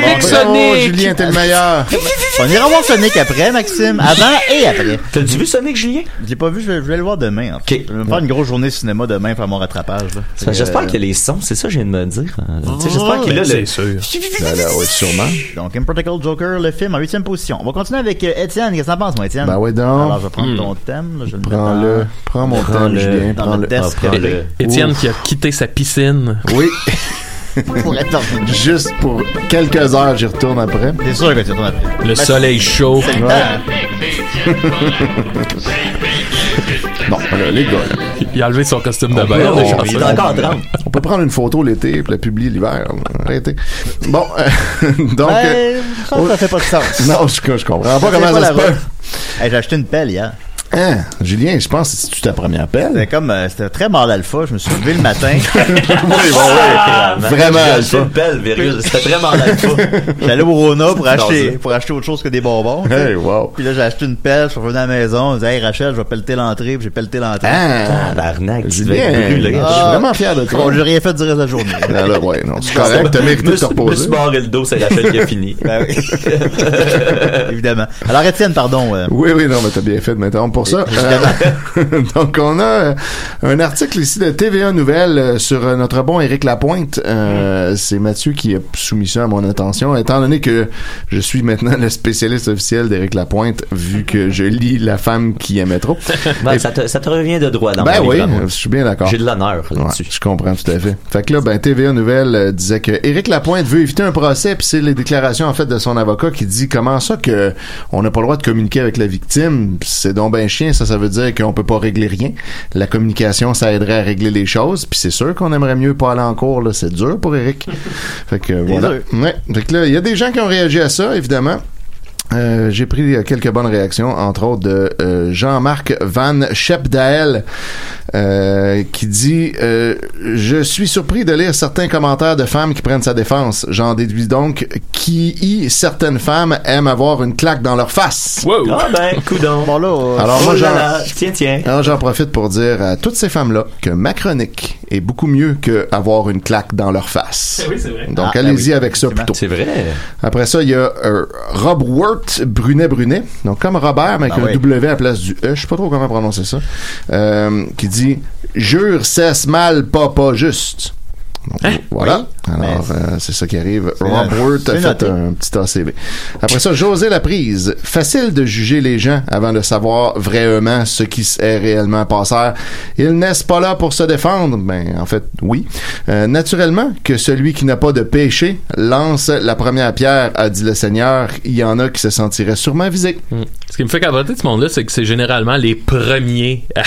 Avec Sonic. Ah. Julien, t'es le meilleur. On ira voir Sonic après, Maxime. Avant et après. T'as-tu vu Sonic, Julien? Je l'ai pas vu, je vais, je vais le voir demain. En fait. Je vais me faire une grosse journée de cinéma demain, faire mon rattrapage. là. Ça, J'espère Euh, qu'il y a les sons, c'est ça que je viens de me dire. Euh, tu sais, J'espère Ah, qu'il a ben, c'est le... sûr. Ben, Donc, Impractical Joker, le film en huitième position. On va continuer avec euh, Étienne. Qu'est-ce que t'en penses, moi, Étienne? Ben ouais, donc. Alors, je vais prendre Hmm. ton thème. là, je vais le mettre Prends-le. dans- Prends mon dans temps, le- Julien. dans Prends-le. notre desk privé. ah, Étienne qui a quitté sa piscine. Oui. Pour être revenu. Juste pour quelques heures, j'y retourne après. C'est sûr que tu retournes après. Le soleil chaud. Ouais. Non, là, les gars, là. Il a enlevé son costume de On bain. peut- Ben, on est on- chanceux. on- On peut prendre une photo l'été et la publier l'hiver. Arrêtez. Bon, euh, donc. Ben, euh, ça, ça fait pas de sens. Non, je, je comprends Ça pas fait comment pas ça la se peut. route. Hey, J'ai acheté une pelle hier. Hein, Julien, je pense que c'est ta première pelle. C'était comme, euh, c'était très mal alpha. Je me suis levé le matin. oui, Vraiment J'ai alpha. acheté une pelle, virgule. C'était très mal alpha. J'allais au Rona pour acheter, pour acheter autre chose que des bonbons. tu sais. Hey, wow. Puis là, j'ai acheté une pelle. Je suis revenu à la maison. Je dit hey, Rachel, je vais pelleter l'entrée. Puis j'ai pelleté l'entrée. Ah, l'arnaque. tu Julien, devais être brûlé, le gars. je suis vraiment fier de toi. J'ai rien fait du reste de la journée. Alors, ouais, non, c'est correct. T'as mérité Je de te me suis reposer. barré le dos, c'est Raphaël qui a fini. Ben oui. Évidemment. Alors, Étienne, pardon. euh, Oui, oui, non, mais t'as bien fait de m'interrompre pour ça. Euh, donc, on a euh, un article ici de TVA Nouvelle euh, sur euh, notre bon Éric Lapointe. Mm. Euh, C'est Mathieu qui a soumis ça à mon attention. Étant donné que je suis maintenant le spécialiste officiel d'Éric Lapointe, vu que je lis La femme qui aimait trop. Ben, Et- ça, te, ça te revient de droit dans ben mon oui, livre, là, moi. je suis bien d'accord. J'ai de l'honneur là-dessus. Ouais, je comprends tout à fait. Fait que là, ben, TVA Nouvelle euh, disait que Éric Lapointe veut éviter un procès, puis c'est les déclarations en fait de son avocat qui dit comment ça que on n'a pas le droit de communiquer avec la victime, c'est donc ben chien, ça, ça veut dire qu'on peut pas régler rien. La communication, ça aiderait à régler les choses, puis c'est sûr qu'on aimerait mieux pas aller en cours, là, c'est dur pour Éric. fait que voilà. Ouais. Fait que là, il y a des gens qui ont réagi à ça, évidemment. Euh, j'ai pris euh, quelques bonnes réactions, entre autres de euh, Jean-Marc Van Schepdael, euh, qui dit euh, Je suis surpris de lire certains commentaires de femmes qui prennent sa défense. J'en déduis donc qui y, certaines femmes aiment avoir une claque dans leur face. Ah ben, coudon. Bon là, euh, Alors, moi, j'en- tiens, tiens. Alors j'en profite pour dire à toutes ces femmes-là que ma chronique est beaucoup mieux que avoir une claque dans leur face. Eh oui, c'est vrai. Donc Ah, ben allez-y oui, avec ça plutôt. C'est vrai. Après ça, il y a euh, Rob Wirt Brunet Brunet, donc comme Robert, mais avec Ben le oui. W à la place du E, je sais pas trop comment prononcer ça, euh, qui dit Jure, cesse mal, pas pas juste. Donc, Hein? Voilà. Alors, euh, c'est ça qui arrive. Rob noté. Wirt a C'est fait noté. un petit ACV. Après ça, José Laprise. Facile de juger les gens avant de savoir vraiment ce qui est réellement passé. Ils n'est-ce pas là pour se défendre? Ben, en fait, oui. Euh, naturellement, que celui qui n'a pas de péché lance la première pierre, a dit le Seigneur. Il y en a qui se sentiraient sûrement visés. Ce qui me fait cavoter de ce monde-là, c'est que c'est généralement les premiers à,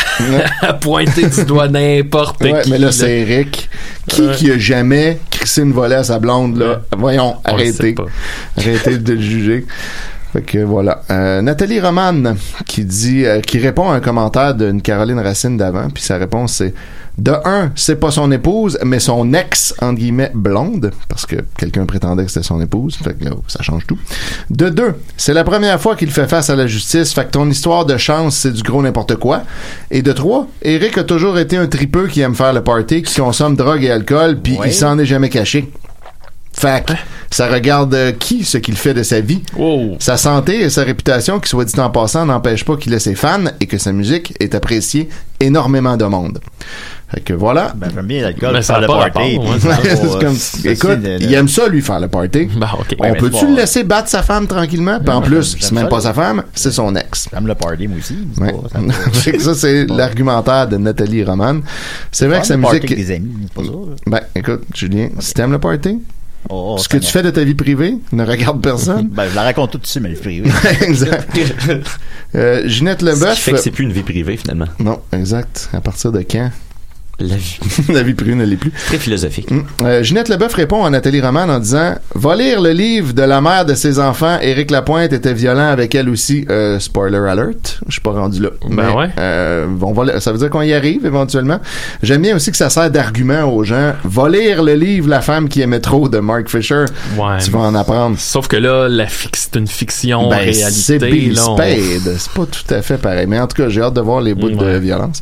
à pointer du doigt n'importe Ouais, qui. mais là, c'est Eric. Qui Ouais. qui a jamais crissé une volée à sa blonde, là? Voyons, On le sait arrêtez. pas. Arrêtez de le juger. Fait que voilà. Euh, Nathalie Roman qui dit, euh, qui répond à un commentaire d'une Caroline Racine d'avant, puis sa réponse c'est de un, c'est pas son épouse, mais son ex entre guillemets blonde, parce que quelqu'un prétendait que c'était son épouse. Fait que là, ça change tout. De deux, c'est la première fois qu'il fait face à la justice. Fait que ton histoire de chance, c'est du gros n'importe quoi. Et de trois, Eric a toujours été un tripeux qui aime faire le party, qui consomme drogue et alcool, puis Ouais. il s'en est jamais caché. Fait que ça regarde euh, qui, ce qu'il fait de sa vie. Sa santé et sa réputation, qui soit dit en passant, n'empêche pas qu'il ait ses fans et que sa musique est appréciée énormément de monde. Fait que voilà. Ben, j'aime bien l'alcool. Mais ça faire a le pas party. rapport, hein, puis ouais. faire C'est vos, comme- euh, ceci, écoute, le- le- il aime ça, lui, faire le party. Ouais, On mais peut-tu c'est le pas- laisser battre sa femme tranquillement? Puis en Moi, plus, j'aime- c'est j'aime même ça, pas le- sa femme, c'est son ex. J'aime le party, moi aussi. c'est Ouais. pas- Fait que ça, c'est l'argumentaire de Nathalie Roman. C'est vrai Ah, que sa le party musique. avec des amis, c'est pas ça, là. Ben, écoute, Julien, si t'aimes le party, Oh, ce que tu fais de ta vie privée ne regarde personne. Ben, je la raconte tout de suite, mais je prie. oui. exact. Euh, Ginette Ce Leboeuf. qui fait que c'est plus une vie privée, finalement. Non, exact. À partir de quand La vie. La vie privée ne l'est plus. Très philosophique. Euh, Ginette Leboeuf répond à Nathalie Roman en disant Va lire le livre de la mère de ses enfants. Éric Lapointe était violent avec elle aussi. Euh, spoiler alert. Je suis pas rendu là. Ben ouais. euh, on va le- ça veut dire qu'on y arrive éventuellement. J'aime bien aussi que ça sert d'argument aux gens. Va lire le livre La femme qui aimait trop de Mark Fisher. Ouais. Tu vas en apprendre. Sauf que là, la fic- c'est une fiction Ben, réalité. C'est Bill là, on- Spade. C'est pas tout à fait pareil. Mais en tout cas, j'ai hâte de voir les bouts de violence.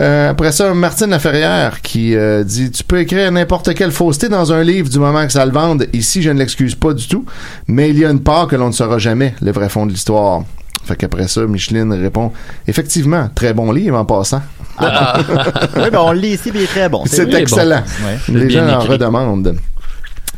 Euh, après ça, Martine Laferrière qui euh, dit Tu peux écrire n'importe quelle fausseté dans un livre du moment que ça le vende. Ici, je ne l'excuse pas du tout. Mais il y a une part que l'on ne saura jamais, le vrai fond de l'histoire. Fait qu'après ça, Micheline répond Effectivement, très bon livre en passant. Ah, oui, ben, on le lit ici, puis il est très bon. C'est vrai, excellent. bon. Ouais. Les gens Bien en écrit. redemandent.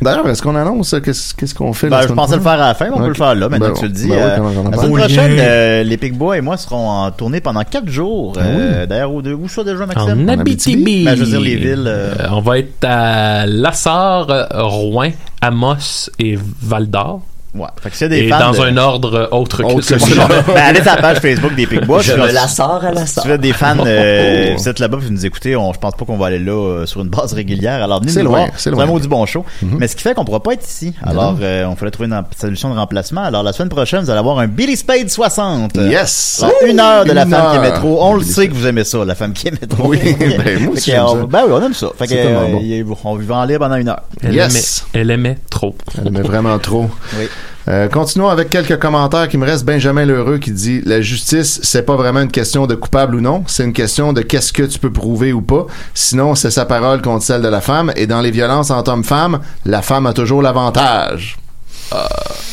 D'ailleurs, est-ce qu'on annonce euh, qu'est-ce qu'est-ce qu'on fait la Ben, je semaine pensais le prochaine? faire à la fin, mais on Ok. peut le faire là, maintenant Ben que tu le bon. dis. Ben oui, Euh, comment j'en ai la pas. semaine Oui. prochaine, euh, les Pic Bois et moi serons en tournée pendant quatre jours. Ah Euh, D'ailleurs, où, de- où ça déjà, Maxime? En Abitibi. Ben, je veux dire, les villes. euh, Euh, on va être à Lassar, euh, Rouen, Amos et Val d'Or. Ouais. Fait que s'il y a des Et fans dans de- un ordre autre que Autre que celui-là. celui-là. Ben, allez sur la page Facebook des Picbois. Je Si vous- me la sors à la Si sort. vous êtes des fans, euh, Oh. vous êtes là-bas puis vous nous écoutez, on, je pense pas qu'on va aller là euh, sur une base régulière. Alors, venez C'est nous loin, voir. c'est un loin. Mm-hmm. mot du bon show. Mais ce qui fait qu'on pourra pas être ici. Alors, Non. euh, on fallait trouver une am- solution de remplacement. Alors, la semaine prochaine, vous allez avoir un Billy Spade 60. Yes! Alors, une heure de la Une femme qui est heure. métro. On le sait que vous aimez ça, la femme qui est métro. Oui, ben, moi Fait aussi, que, j'aime on- ça. Ben oui, on aime ça. Fait que, C'est tellement euh, bon. il est- on vivait en libre pendant une heure. Elle Yes. Elle aimait trop. Elle aimait vraiment trop. Oui. Euh, continuons avec quelques commentaires qui me restent. Benjamin Lheureux qui dit La justice, c'est pas vraiment une question de coupable ou non, c'est une question de qu'est-ce que tu peux prouver ou pas. Sinon, c'est sa parole contre celle de la femme. Et dans les violences entre hommes-femmes, la femme a toujours l'avantage.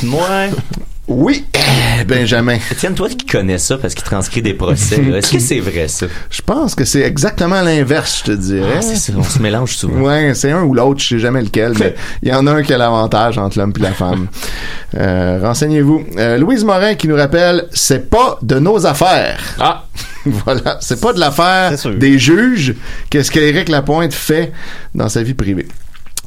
Moi. Oui, eh, Benjamin. Étienne, toi qui connais ça parce qu'il transcrit des procès, là, est-ce que c'est vrai ça? Je pense que c'est exactement l'inverse, je te dirais. Ah, c'est ça, on se mélange souvent. Ouais, c'est un ou l'autre, je sais jamais lequel, mais il y en a un qui a l'avantage entre l'homme et la femme. Euh, renseignez-vous. Euh, Louise Morin qui nous rappelle, c'est pas de nos affaires. Ah! voilà, c'est pas de l'affaire des juges qu'est-ce qu'Éric Lapointe fait dans sa vie privée.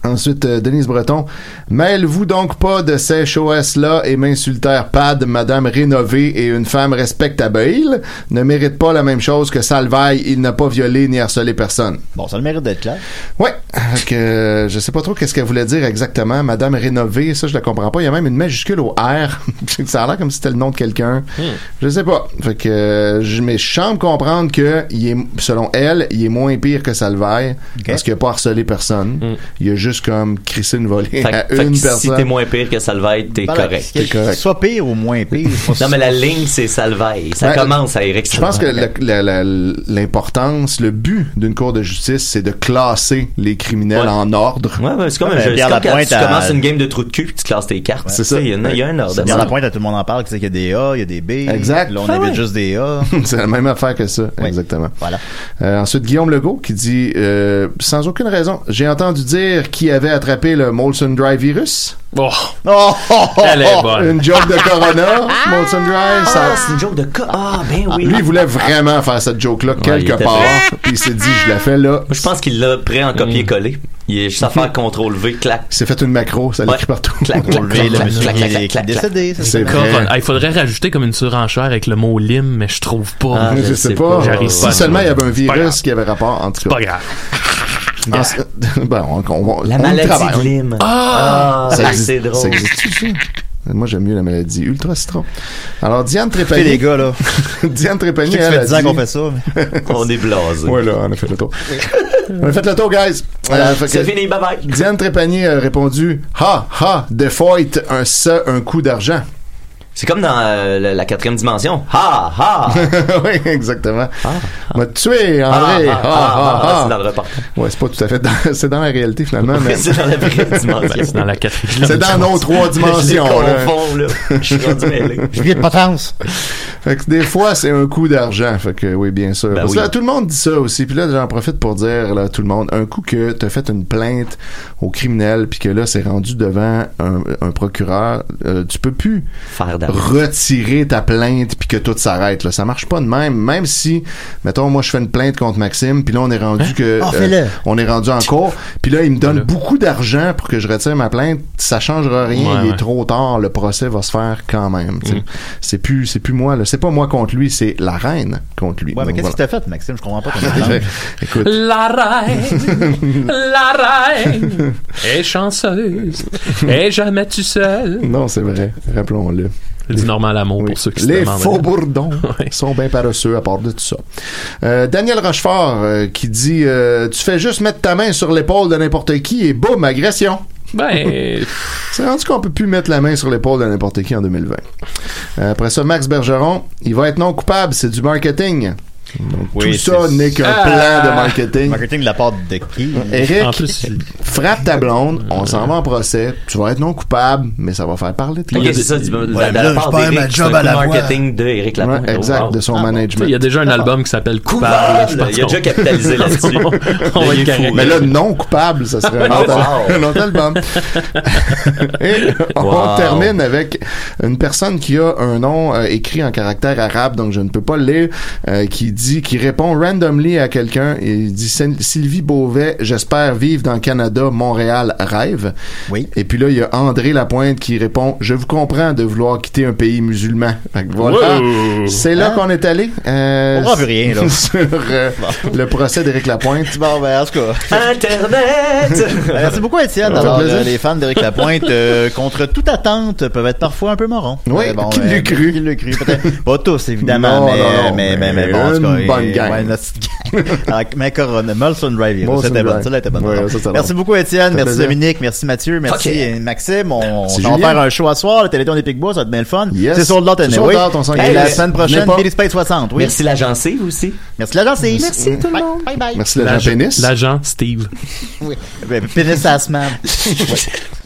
Ensuite, euh, Denise Breton, mêle-vous donc pas de ces choses-là et m'insultèrent pad, madame rénovée et une femme respectable ne mérite pas la même chose que Salvaille, il n'a pas violé ni harcelé personne. Bon, ça a le mérite d'être clair. Ouais, que euh, je sais pas trop qu'est-ce qu'elle voulait dire exactement, Madame Rénovée, ça je la comprends pas. Il y a même une majuscule au R. ça a l'air comme si c'était le nom de quelqu'un. Hmm. Je sais pas. Fait que euh, je mais je semble comprendre que il est, selon elle, il est moins pire que Salvaille parce qu'il a pas harcelé personne. Il a juste comme crissé une volée Mm. Fait, que- à fait que une si personne. Ben, t'es moins pire que Salvaille, t'es Voilà, correct. t'es correct. Soit pire ou moins pire. Non, mais la ligne, c'est Salvaille. Ça Ben, commence à Éric Je pense que Salvaille. la- la- la- l'importance, le but d'une cour de justice, c'est de classer les criminels en ordre. Ouais, ouais, c'est comme, un jeu, c'est comme quand tu commences une game de trou de cul puis tu classes tes cartes. C'est Tu sais, ça. Il y, en a- il y a un ordre. à Dans ça. la pointe, à tout le monde en parle, qui sait qu'il y a des A, il y a des B. Exact. Là, on Ah évite ouais. juste des A. c'est la même affaire que ça, exactement. Euh, ensuite, Guillaume Legault qui dit euh, sans aucune raison, j'ai entendu dire qui avait attrapé le Molson Dry virus. Oh. Oh, Elle est bonne. Une joke de Corona, Molson Dry. ça- C'est une joke de cas. Ah, ben oui. Lui, il voulait vraiment faire cette joke-là il quelque était part. prêt. Puis il s'est dit, je la fais là. Mhm. Je pense qu'il l'a prêt en copier-coller. Il est juste à faire CTRL-V, clac. Il s'est fait une macro, ça l'écrit partout. Clac, clac, clac, clac, clac, clac, clac, clac. C'est vrai. Corona. Ah, Il faudrait rajouter comme une surenchère avec le mot lime, mais je trouve pas. Ah, je, sais pas. J'arrive si pas. à seulement il y avait un Pas grave. virus qui avait rapport, en tout cas. Pas grave. En- ben, on, on- La on maladie travaille. de Lyme. Ah, Ah, ça c'est existe- drôle. ça existe-tu, ça? Moi, j'aime mieux la maladie ultra citron. Alors, Diane Trépanier. les gars, là. Diane Je sais Trépanier. que ça elle fait a 10 ans dit- qu'on fait ça. mais- On est blasé. Ouais, là, on a fait le tour. on a fait le tour, guys. Euh, fait C'est que- fini, bye bye. Diane Trépanier a répondu Ha, ha, de fight, un ça, un coup d'argent. C'est comme dans euh, la, la quatrième dimension. Ha, ha. oui, exactement. M'a tué, André. Ah, ah, ah, Ha, ha, ah, ha. c'est dans le reportage. Ouais, c'est pas tout à fait dans, c'est dans la réalité, finalement. mais- C'est dans la vraie dimension. Ben, c'est dans la quatrième. C'est dans nos trois dimensions. Je les là. confonds, là. Je suis rendu mêlé. Je viens de potence. Fait que des fois, c'est un coup d'argent. Fait que oui, bien sûr. Ben Parce que oui. là, tout le monde dit ça aussi. Puis là, j'en profite pour dire là, à tout le monde, un coup que t'as fait une plainte au criminel, puis que là, c'est rendu devant un, un procureur, euh, tu peux plus Faire d'abord. retirer ta plainte puis que tout s'arrête. Là. Ça marche pas de même. Même si, mettons, moi, je fais une plainte contre Maxime, puis là, on est rendu Hein? que euh, Ah, fais-le. on est rendu en cours. Puis là, il me donne beaucoup d'argent pour que je retire ma plainte. Ça changera rien. Ouais, il est ouais. trop tard. Le procès va se faire quand même. Mm. tu sais. C'est plus, c'est plus moi. Là. C'est pas moi contre lui, c'est la reine contre lui. Ouais, mais Donc, qu'est-ce que voilà. t'as fait, Maxime? Je comprends pas ton exemple. Écoute, La reine, la reine est chanceuse, est jamais tu seule. non, c'est vrai. Rappelons-le. Du Normand Lamour pour ceux qui se Les demandent. faux bourdons sont bien paresseux à part de tout ça. Euh, Daniel Rochefort euh, qui dit euh, Tu fais juste mettre ta main sur l'épaule de n'importe qui et boum, agression. Ben, C'est rendu qu'on peut plus mettre la main sur l'épaule de n'importe qui en 2020. Euh, après ça, Max Bergeron, il va être non coupable, c'est du marketing. Donc, Oui, tout ça c'est- n'est qu'un Ah! plan de marketing. Marketing de la part de qui? Eric, en plus, il frappe ta blonde, on s'en va en procès, tu vas être non coupable, mais ça va faire parler de toi. Ok, c'est ça, du, de la, mais là, la part je perds ma d'Éric, c'est job à un la marketing de Éric Lapointe. Ouais, exact, de son tu sais, management. il y a déjà un album qui s'appelle Coupable. Coupable, je pense il a déjà qu'on- capitalisé là-dessus. on va Il être est fou. correct. Mais là, non coupable, ça serait un autre, un autre album. Et on Wow. termine avec une personne qui a un nom euh, écrit en caractère arabe, donc je ne peux pas le lire, euh, qui dit, qui répond randomly à quelqu'un, et il dit Sy- Sylvie Beauvais, j'espère vivre dans le Canada, Montréal, rêve. Oui. Et puis là, il y a André Lapointe qui répond, je vous comprends de vouloir quitter un pays musulman. Fait que voilà. Wow. C'est Hein? là qu'on est allé. euh, On en veut rien, là. sur euh, le procès d'Éric Lapointe. Bon, ben, en tout cas. Internet! Ben, Merci beaucoup, Étienne. Ça fait Alors, plaisir. euh, les fans d'Éric Lapointe, euh, contre toute attente, peuvent être parfois un peu morons. Oui, Euh, qui euh, l'a cru? Qui l'a cru, peut-être. Pas tous, évidemment, Non, mais, non, non, mais, mais, mais mais bon, en tout cas, une bonne euh, gang. ouais, notre petite gang. Alors, mais Corona, Molson Drive, Molson c'était bon, Drive. ça, là, était bonne. Ouais, ça, c'était Merci bon. beaucoup, Ça Étienne. fait Merci, plaisir. Dominique. Merci, Mathieu. Merci, Ok. euh, Maxime. On, Merci, on va Julien. faire un show à soir. Le Téléthon des Pigbois, ça va être bien le fun. Yes. C'est sur l'autre, C'est sur l'autre, on s'en Hey, La calisse. semaine Venez prochaine, pas. Billy Space 60. Oui. Merci la gencive aussi. Merci, l'agence. Merci tout le monde. Bye bye. Merci l'agent L'agent- pénis. L'agent Steve. Oui. Ben, Pénis à la semaine.